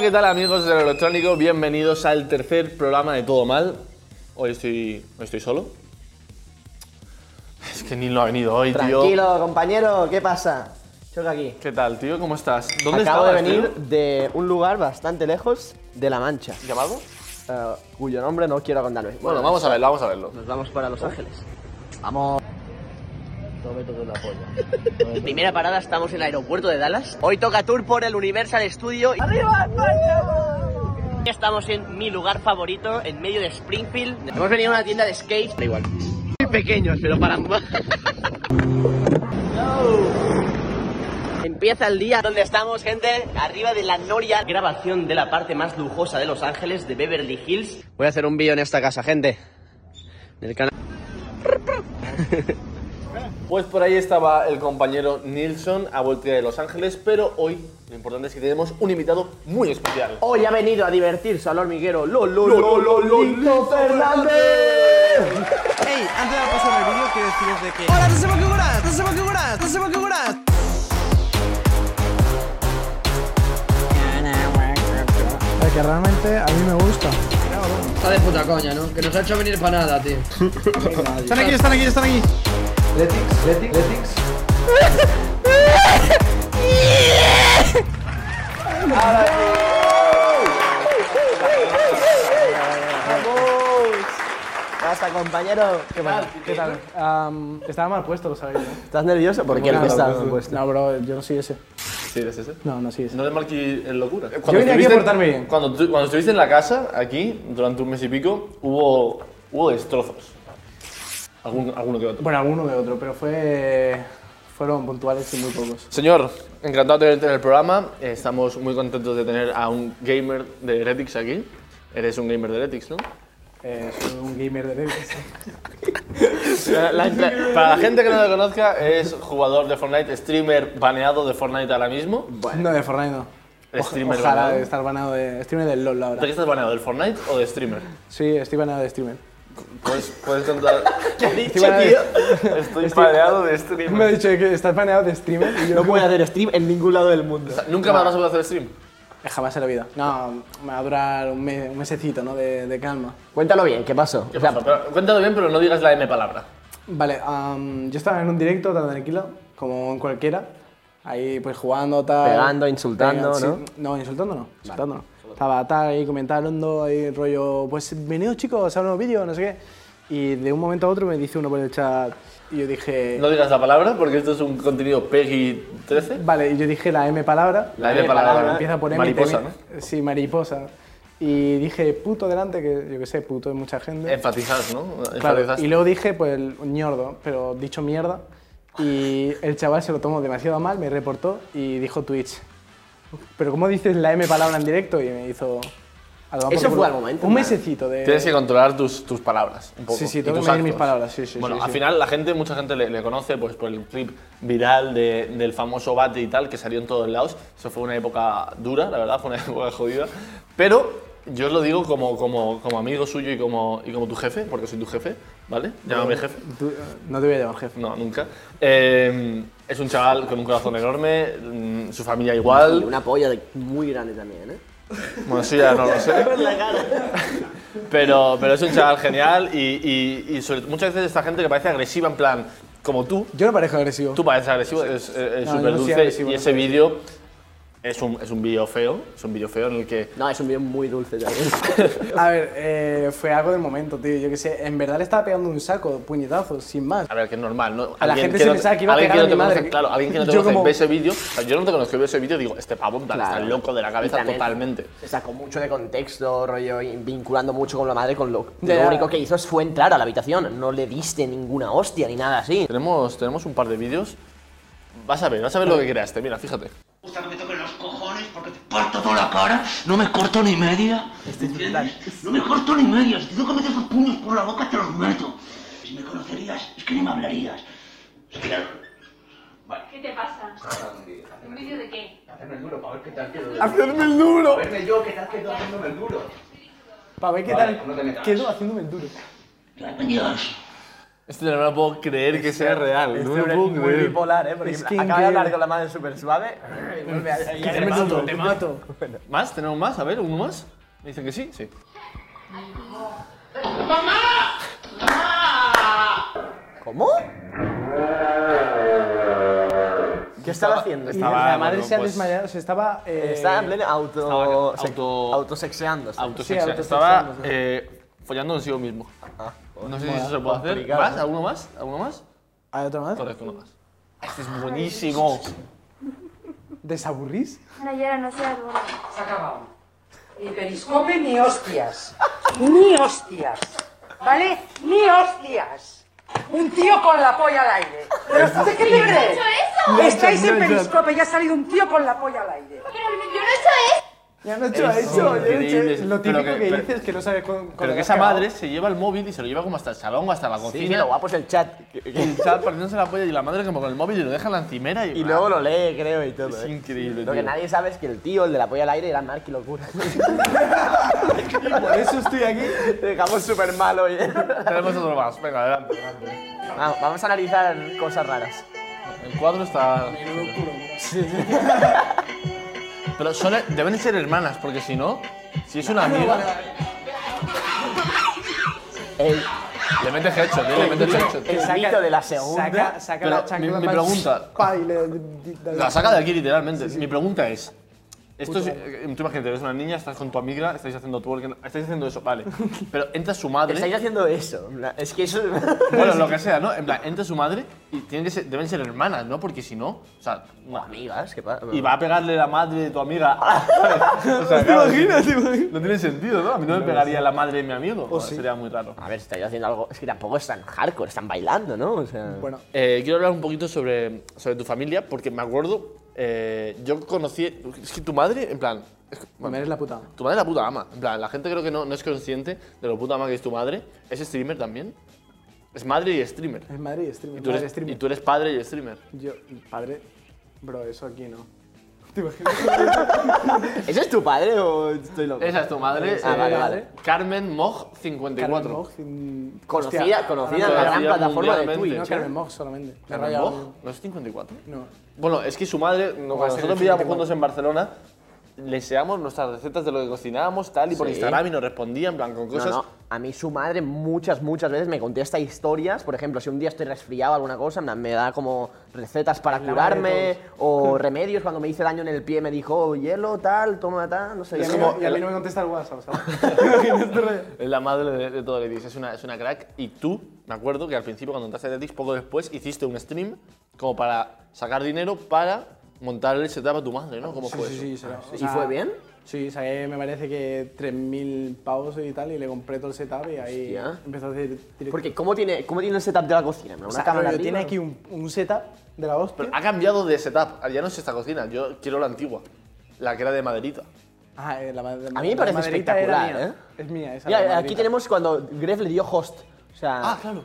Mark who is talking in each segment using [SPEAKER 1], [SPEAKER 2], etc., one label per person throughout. [SPEAKER 1] ¿qué tal amigos del electrónico? Bienvenidos al tercer programa de Todo Mal. Hoy estoy, estoy solo. Es que Neil no ha venido hoy, tío.
[SPEAKER 2] Tranquilo, compañero, ¿qué pasa? Choca aquí.
[SPEAKER 1] ¿Qué tal, tío? ¿Cómo estás? ¿Dónde
[SPEAKER 2] Acabo de
[SPEAKER 1] estabas,
[SPEAKER 2] venir de un lugar bastante lejos de La Mancha,
[SPEAKER 1] tío? ¿Llamado?
[SPEAKER 2] eh, cuyo nombre no quiero contar hoy.
[SPEAKER 1] Bueno, vamos a verlo, vamos a verlo.
[SPEAKER 2] Nos vamos para Los Ángeles. Vamos. Tome todo el apoyo.
[SPEAKER 3] Primera parada, estamos en el aeropuerto de Dallas. Hoy toca tour por el Universal Studio. ¡Arriba, España! Estamos en mi lugar favorito, en medio de Springfield. Hemos venido a una tienda de skate. Da igual. Muy pequeños, pero para más. Empieza el día donde estamos, gente, arriba de la Noria. Grabación de la parte más lujosa de Los Ángeles, de Beverly Hills. Voy a hacer un vídeo en esta casa, gente. Del canal.
[SPEAKER 1] Pues por ahí estaba el compañero Nilsson a vuelta de Los Ángeles, pero hoy lo importante es que tenemos un invitado muy especial.
[SPEAKER 2] Hoy ha venido a divertirse al hormiguero Lolo
[SPEAKER 1] Lo, lo, lo, lo, Lito
[SPEAKER 2] Lolito Fernández.
[SPEAKER 4] Hey, antes de pasar al vídeo, quiero deciros de que...
[SPEAKER 5] que realmente a mí me gusta.
[SPEAKER 6] Está de puta coña, ¿no? Que nos ha hecho venir para nada, tío.
[SPEAKER 4] Están aquí, están aquí, están aquí.
[SPEAKER 2] Hasta compañero. ¿Qué tal?
[SPEAKER 5] ¿Qué tal? Am, Mm, estaba mal puesto, lo sabéis, ¿no?
[SPEAKER 2] ¿Estás nervioso? ¿Por qué no
[SPEAKER 5] Bueno,
[SPEAKER 2] estás Pues
[SPEAKER 5] no,
[SPEAKER 2] puesto?
[SPEAKER 5] No, bro, yo no soy ese.
[SPEAKER 1] ¿Sí eres ese?
[SPEAKER 5] No, no soy ese.
[SPEAKER 1] No le marqué en locura. Cuando
[SPEAKER 5] vine aquí a
[SPEAKER 1] estuviste-
[SPEAKER 5] portarme bien.
[SPEAKER 1] Cuando, tu- cuando estuviste en la casa, aquí, durante un mes y pico, hubo, hubo destrozos. Algún- alguno que otro.
[SPEAKER 5] Bueno, alguno que otro, pero fue... Fueron puntuales y muy pocos.
[SPEAKER 1] Señor, encantado de tenerte en el programa. Estamos muy contentos de tener a un gamer de Heretics aquí. Eres un gamer de Heretics, ¿no?
[SPEAKER 5] Eh, soy un gamer de Legos.
[SPEAKER 1] La- la- la- para la gente que no lo conozca, es jugador de Fortnite, streamer baneado de Fortnite ahora mismo.
[SPEAKER 5] No, de Fortnite no.
[SPEAKER 1] Streamer
[SPEAKER 5] Ojalá
[SPEAKER 1] baneado.
[SPEAKER 5] de estar banado de... Streamer del LoL
[SPEAKER 1] ¿De qué
[SPEAKER 5] ahora.
[SPEAKER 1] estás baneado? ¿Del Fortnite o de streamer?
[SPEAKER 5] Sí, estoy banado de streamer.
[SPEAKER 1] Puedes, Pues, puedes contar. ¿Qué has dicho,
[SPEAKER 5] tío?
[SPEAKER 1] Estoy baneado de este streamer.
[SPEAKER 5] Me ha dicho que estás baneado de streamer y yo
[SPEAKER 2] No puede hacer stream en ningún lado del mundo.
[SPEAKER 1] Nunca más vas a poder hacer stream.
[SPEAKER 5] Eh, Jamás en la vida. No, me va a durar un, mes- un mesecito, ¿no? De, de calma.
[SPEAKER 2] Cuéntalo bien, ¿qué pasó?
[SPEAKER 1] ¿Qué pasa? Pero cuéntalo bien, pero no digas la M palabra.
[SPEAKER 5] Vale, am, yo estaba en un directo tan tranquilo como en cualquiera. Ahí pues jugando, tal.
[SPEAKER 2] Pegando, insultando, ¿no?
[SPEAKER 5] No, insultando no. Insultando no. Estaba tal ahí comentando, ahí rollo, pues venidos chicos, a un nuevo vídeo, no sé qué. Y de un momento a otro me dice uno por el chat y yo dije...
[SPEAKER 1] No digas la palabra porque esto es un contenido PEGI 13.
[SPEAKER 5] Vale, y yo dije la M palabra.
[SPEAKER 1] La M palabra, ¿no?
[SPEAKER 5] Empieza por M. y
[SPEAKER 1] Mariposa,
[SPEAKER 5] termina- Sí, mariposa. Y dije puto delante, que yo qué sé, puto de mucha gente.
[SPEAKER 1] Enfatizas, ¿no?
[SPEAKER 5] Claro,
[SPEAKER 1] Enfatizas.
[SPEAKER 5] y luego dije, pues, el ñordo, pero dicho mierda. Y el chaval se lo tomó demasiado mal, me reportó y dijo Twitch. Pero ¿cómo dices la M palabra en directo? Y me hizo... a tomar por
[SPEAKER 2] Eso
[SPEAKER 5] culo.
[SPEAKER 2] fue al momento,
[SPEAKER 5] Un
[SPEAKER 2] man.
[SPEAKER 5] mesecito de...
[SPEAKER 1] Tienes que controlar tus, tus palabras un poco.
[SPEAKER 5] Sí, sí,
[SPEAKER 1] y
[SPEAKER 5] tengo
[SPEAKER 1] tus
[SPEAKER 5] que medir
[SPEAKER 1] actos.
[SPEAKER 5] mis palabras, sí, sí,
[SPEAKER 1] Bueno,
[SPEAKER 5] sí,
[SPEAKER 1] al
[SPEAKER 5] sí.
[SPEAKER 1] final la gente, mucha gente le, le conoce pues, por el clip viral de- del famoso bate y tal, que salió en todos lados. Eso fue una época dura, la verdad, fue una época jodida. Pero yo os lo digo como, como, como amigo suyo y como, y como tu jefe, porque soy tu jefe, ¿vale? Llámame jefe.
[SPEAKER 5] Tú- no te voy a llamar jefe.
[SPEAKER 1] No, nunca. Eh, es un chaval con un corazón enorme, mm, su familia igual.
[SPEAKER 2] Una polla de- muy grande también, ¿eh?
[SPEAKER 1] Bueno, eso ya no lo sé. Pero, pero es un chaval genial y, y- y sobre- muchas veces esta gente que parece agresiva, en plan, como tú,
[SPEAKER 5] Yo no parezco agresivo.
[SPEAKER 1] tú pareces agresivo, es eh, es
[SPEAKER 5] No, yo
[SPEAKER 1] súper
[SPEAKER 5] no soy
[SPEAKER 1] dulce
[SPEAKER 5] agresivo,
[SPEAKER 1] y
[SPEAKER 5] no
[SPEAKER 1] ese
[SPEAKER 5] soy
[SPEAKER 1] vídeo es un, es un vídeo feo, es un vídeo feo en el que...
[SPEAKER 2] No, es un video muy dulce también.
[SPEAKER 5] A ver, eh, fue algo del momento, tío. Yo qué sé, en verdad le estaba pegando un saco, puñetazos, sin más.
[SPEAKER 1] A ver, que es normal, ¿no?
[SPEAKER 5] A la
[SPEAKER 1] Alguien
[SPEAKER 5] gente se
[SPEAKER 1] no te-
[SPEAKER 5] pensaba que iba a
[SPEAKER 1] alguien
[SPEAKER 5] pegar a
[SPEAKER 1] no te
[SPEAKER 5] mi madre.
[SPEAKER 1] conoce- Claro, alguien que no te
[SPEAKER 5] Yo
[SPEAKER 1] conoce
[SPEAKER 5] como-
[SPEAKER 1] ve ese vídeo, o sea, yo no te conozco, veo ese vídeo y digo, este pavo en plan, está
[SPEAKER 2] Claro.
[SPEAKER 1] loco de la
[SPEAKER 2] Y
[SPEAKER 1] cabeza
[SPEAKER 2] también
[SPEAKER 1] totalmente.
[SPEAKER 2] Se sacó mucho de contexto, rollo, y vinculando mucho con la madre, con lo,
[SPEAKER 5] Ya,
[SPEAKER 2] lo
[SPEAKER 5] ya.
[SPEAKER 2] único que hizo fue entrar a la habitación. No le diste ninguna hostia ni nada así.
[SPEAKER 1] Tenemos, tenemos un par de vídeos. Vas a ver, vas a ver lo que creaste, mira, fíjate.
[SPEAKER 7] gusta que me toquen los cojones porque te parto toda la cara, no me corto ni media. ¿entiendes? No me corto ni media, si te tengo que meter los puños por la boca te los meto. Si me conocerías, es que ni me hablarías. Es que,
[SPEAKER 8] ¿Qué te pasa? ¿Un vídeo de qué?
[SPEAKER 5] ¡Hacerme el duro! Para ver qué tal quedo haciéndome el duro.
[SPEAKER 7] ya, Dios.
[SPEAKER 1] Esto Este no me lo puedo creer que
[SPEAKER 5] Este
[SPEAKER 1] sea
[SPEAKER 2] Este
[SPEAKER 1] real. No me lo puedo
[SPEAKER 9] Muy
[SPEAKER 1] creer.
[SPEAKER 9] bipolar, ¿eh? Porque
[SPEAKER 5] Es que
[SPEAKER 9] acaba de hablar
[SPEAKER 5] increíble.
[SPEAKER 9] con la madre súper suave. y vuelve a- y
[SPEAKER 5] Te
[SPEAKER 9] le mato.
[SPEAKER 5] mato, te mato.
[SPEAKER 1] ¿Más? ¿Tenemos más? A ver, ¿uno más? ¿Me dicen que sí? Sí.
[SPEAKER 9] ¿Cómo? ¿Qué estaba haciendo?
[SPEAKER 5] Y
[SPEAKER 1] Estaba,
[SPEAKER 5] la madre
[SPEAKER 1] bueno,
[SPEAKER 5] se ha
[SPEAKER 1] pues-
[SPEAKER 5] desmayado, se estaba... eh,
[SPEAKER 9] Estaba en pleno auto...
[SPEAKER 1] estaba auto-
[SPEAKER 9] autosexeando. estaba.
[SPEAKER 1] Autosexual.
[SPEAKER 5] autosexual,
[SPEAKER 1] Estaba
[SPEAKER 5] sí.
[SPEAKER 1] eh, follando consigo mismo.
[SPEAKER 9] Ah,
[SPEAKER 1] No sé si eso se puede hacer.
[SPEAKER 9] complicado,
[SPEAKER 1] ¿Más?
[SPEAKER 9] ¿eh?
[SPEAKER 1] ¿A uno más? ¿A uno más?
[SPEAKER 5] ¿Hay otra más?
[SPEAKER 1] Correcto, uno más. Este es buenísimo.
[SPEAKER 5] ¿Desaburrís?
[SPEAKER 10] Nayara, no seas gorda.
[SPEAKER 11] Se ha acabado. Ni periscope ni hostias. Ni hostias. ¿Vale? Ni hostias. Un tío con la polla al aire. ¿Pero de qué te crees?
[SPEAKER 5] eso?
[SPEAKER 11] Estáis
[SPEAKER 5] No,
[SPEAKER 11] en
[SPEAKER 5] no, no.
[SPEAKER 11] periscope y ha salido un tío con la polla al aire.
[SPEAKER 10] Pero yo no soy
[SPEAKER 5] Ya no he hecho
[SPEAKER 1] Es
[SPEAKER 5] eso, yo no he hecho
[SPEAKER 1] increíble.
[SPEAKER 5] eso. Lo
[SPEAKER 1] Pero
[SPEAKER 5] típico
[SPEAKER 1] que-
[SPEAKER 5] que,
[SPEAKER 1] pero-
[SPEAKER 5] dices es que no sabes con, con
[SPEAKER 1] Pero que esa madre se lleva el móvil y se lo lleva como hasta el salón o hasta la
[SPEAKER 9] Sí, sí,
[SPEAKER 1] cocina.
[SPEAKER 9] lo guapo es pues el chat.
[SPEAKER 1] y el chaval partiéndose la polla y la madre como con el móvil y lo deja en la encimera. Y,
[SPEAKER 9] Y luego lo lee, creo, y todo.
[SPEAKER 1] Es
[SPEAKER 9] ¿eh?
[SPEAKER 1] increíble,
[SPEAKER 9] Lo que
[SPEAKER 1] tío.
[SPEAKER 9] nadie sabe es que el tío, el de la polla al aire, era Mark y locura.
[SPEAKER 5] Por eso estoy aquí.
[SPEAKER 9] Dejamos súper mal hoy. ¿eh?
[SPEAKER 1] Tenemos otro más. Venga, adelante.
[SPEAKER 9] Vamos vamos a analizar cosas raras.
[SPEAKER 1] El cuadro está... Pero son, deben ser hermanas, porque si no, si es una amiga,
[SPEAKER 9] El,
[SPEAKER 1] le mete headshot, tío, le mete headshot.
[SPEAKER 9] el mito de la segunda.
[SPEAKER 5] Saca, saca
[SPEAKER 1] Pero
[SPEAKER 5] la chancla.
[SPEAKER 1] mi- mi
[SPEAKER 5] pa-
[SPEAKER 1] pregunta-
[SPEAKER 5] pa, y le- di- di-
[SPEAKER 1] La saca de aquí, literalmente. Mi pregunta es... Esto es, eh, tú imagínate, eres una niña, estás con tu amiga, estáis haciendo twerking, estáis haciendo eso, vale. Pero entra su
[SPEAKER 9] Estáis
[SPEAKER 1] madre,
[SPEAKER 9] haciendo eso. en plan, Es que eso.
[SPEAKER 1] bueno, lo que sea, ¿no? En plan, entra su madre y tienen que ser- deben ser hermanas, ¿no? Porque si no, o sea,
[SPEAKER 9] Como amigas, que pa-
[SPEAKER 1] y va a pegarle la madre de tu amiga. ¿sabes? O sea,
[SPEAKER 5] ¿Te
[SPEAKER 1] claro,
[SPEAKER 5] imaginas? ¿Te imaginas?
[SPEAKER 1] No tiene sentido, ¿no? A mí no me pegaría la madre de mi amigo.
[SPEAKER 5] O sí.
[SPEAKER 1] Sería muy raro.
[SPEAKER 9] A ver, estáis haciendo algo. Es que tampoco es tan hardcore, están bailando, ¿no? O sea.
[SPEAKER 5] Bueno,
[SPEAKER 1] Eh, quiero hablar un poquito sobre, sobre tu familia, porque me acuerdo, eh, yo conocí, es que tu madre, en plan, es que-
[SPEAKER 5] me
[SPEAKER 1] bueno,
[SPEAKER 5] eres la puta.
[SPEAKER 1] tu madre es la puta ama, en plan, la gente creo que no, no es consciente de lo puta ama que es tu madre, es streamer también, es madre y streamer,
[SPEAKER 5] Es Madrid, streamer.
[SPEAKER 1] y tú
[SPEAKER 5] madre,
[SPEAKER 1] eres,
[SPEAKER 5] streamer.
[SPEAKER 1] y tú eres padre y streamer.
[SPEAKER 5] Yo, padre. Bro, eso aquí no.
[SPEAKER 9] ¿Ese es tu padre o estoy loco?
[SPEAKER 1] Esa es tu madre,
[SPEAKER 9] Ah, vale,
[SPEAKER 1] eh,
[SPEAKER 9] vale.
[SPEAKER 1] Carmen Moj 54.
[SPEAKER 5] Carmen Mog, sin-
[SPEAKER 9] Conocida,
[SPEAKER 5] Hostia,
[SPEAKER 9] conocida en
[SPEAKER 5] ahora
[SPEAKER 9] la
[SPEAKER 5] me-
[SPEAKER 9] gran
[SPEAKER 1] Conocida ¿eh?
[SPEAKER 9] plataforma de
[SPEAKER 1] mundialmente.
[SPEAKER 9] Twitch.
[SPEAKER 5] No, Carmen Mog solamente. Me he
[SPEAKER 1] ¿Carmen
[SPEAKER 5] rayado.
[SPEAKER 1] Moj? ¿No es 54?
[SPEAKER 5] No.
[SPEAKER 1] Bueno, es que su madre, no, cuando
[SPEAKER 5] ser
[SPEAKER 1] nosotros
[SPEAKER 5] el
[SPEAKER 1] vivíamos
[SPEAKER 5] 54.
[SPEAKER 1] juntos en Barcelona, le enseñábamos nuestras recetas de lo que cocinábamos, tal, y por
[SPEAKER 9] Sí.
[SPEAKER 1] Instagram y nos respondían, en plan, con
[SPEAKER 9] No,
[SPEAKER 1] cosas.
[SPEAKER 9] no. A mí su madre muchas, muchas veces me contesta historias. Por ejemplo, si un día estoy resfriado o alguna cosa, en plan, me da como recetas para curarme o remedios. Cuando me hice daño en el pie me dijo, oh, hielo, tal, toma tal, no sé.
[SPEAKER 5] Y a,
[SPEAKER 9] Es
[SPEAKER 5] mí,
[SPEAKER 9] como...
[SPEAKER 5] no- y a mí no me contesta el WhatsApp, este ¿sabes?
[SPEAKER 1] Es la madre de, de todo Letix, es una, es una crack. Y tú, me acuerdo que al principio, cuando entraste a Letix, poco después hiciste un stream como para sacar dinero para montar el setup a tu madre, ¿no? ¿Cómo
[SPEAKER 5] Sí,
[SPEAKER 1] fue
[SPEAKER 5] sí,
[SPEAKER 1] eso?
[SPEAKER 5] sí, será. O
[SPEAKER 9] ¿Y
[SPEAKER 5] sea,
[SPEAKER 9] fue bien?
[SPEAKER 5] Sí, saqué, me parece que 3.000 pavos y tal, y le compré todo el setup y ahí
[SPEAKER 9] Hostia.
[SPEAKER 5] empezó a hacer directo.
[SPEAKER 9] Porque ¿cómo tiene, ¿cómo tiene el setup de la cocina? ¿Una
[SPEAKER 5] o sea,
[SPEAKER 9] cámara
[SPEAKER 5] rollo, tiene
[SPEAKER 9] arriba?
[SPEAKER 5] aquí un, un setup de la hostia.
[SPEAKER 1] Pero ha cambiado de setup, ya no es esta cocina, yo quiero la antigua, la que era de maderita.
[SPEAKER 5] Ah, eh, la, ma- la-
[SPEAKER 9] A mí me
[SPEAKER 5] la
[SPEAKER 9] parece
[SPEAKER 5] maderita era
[SPEAKER 9] espectacular,
[SPEAKER 5] mía. Es mía Ah, esa.
[SPEAKER 9] Mira,
[SPEAKER 5] la
[SPEAKER 9] aquí
[SPEAKER 5] maderita.
[SPEAKER 9] tenemos cuando Gref le dio host. O sea,
[SPEAKER 1] claro.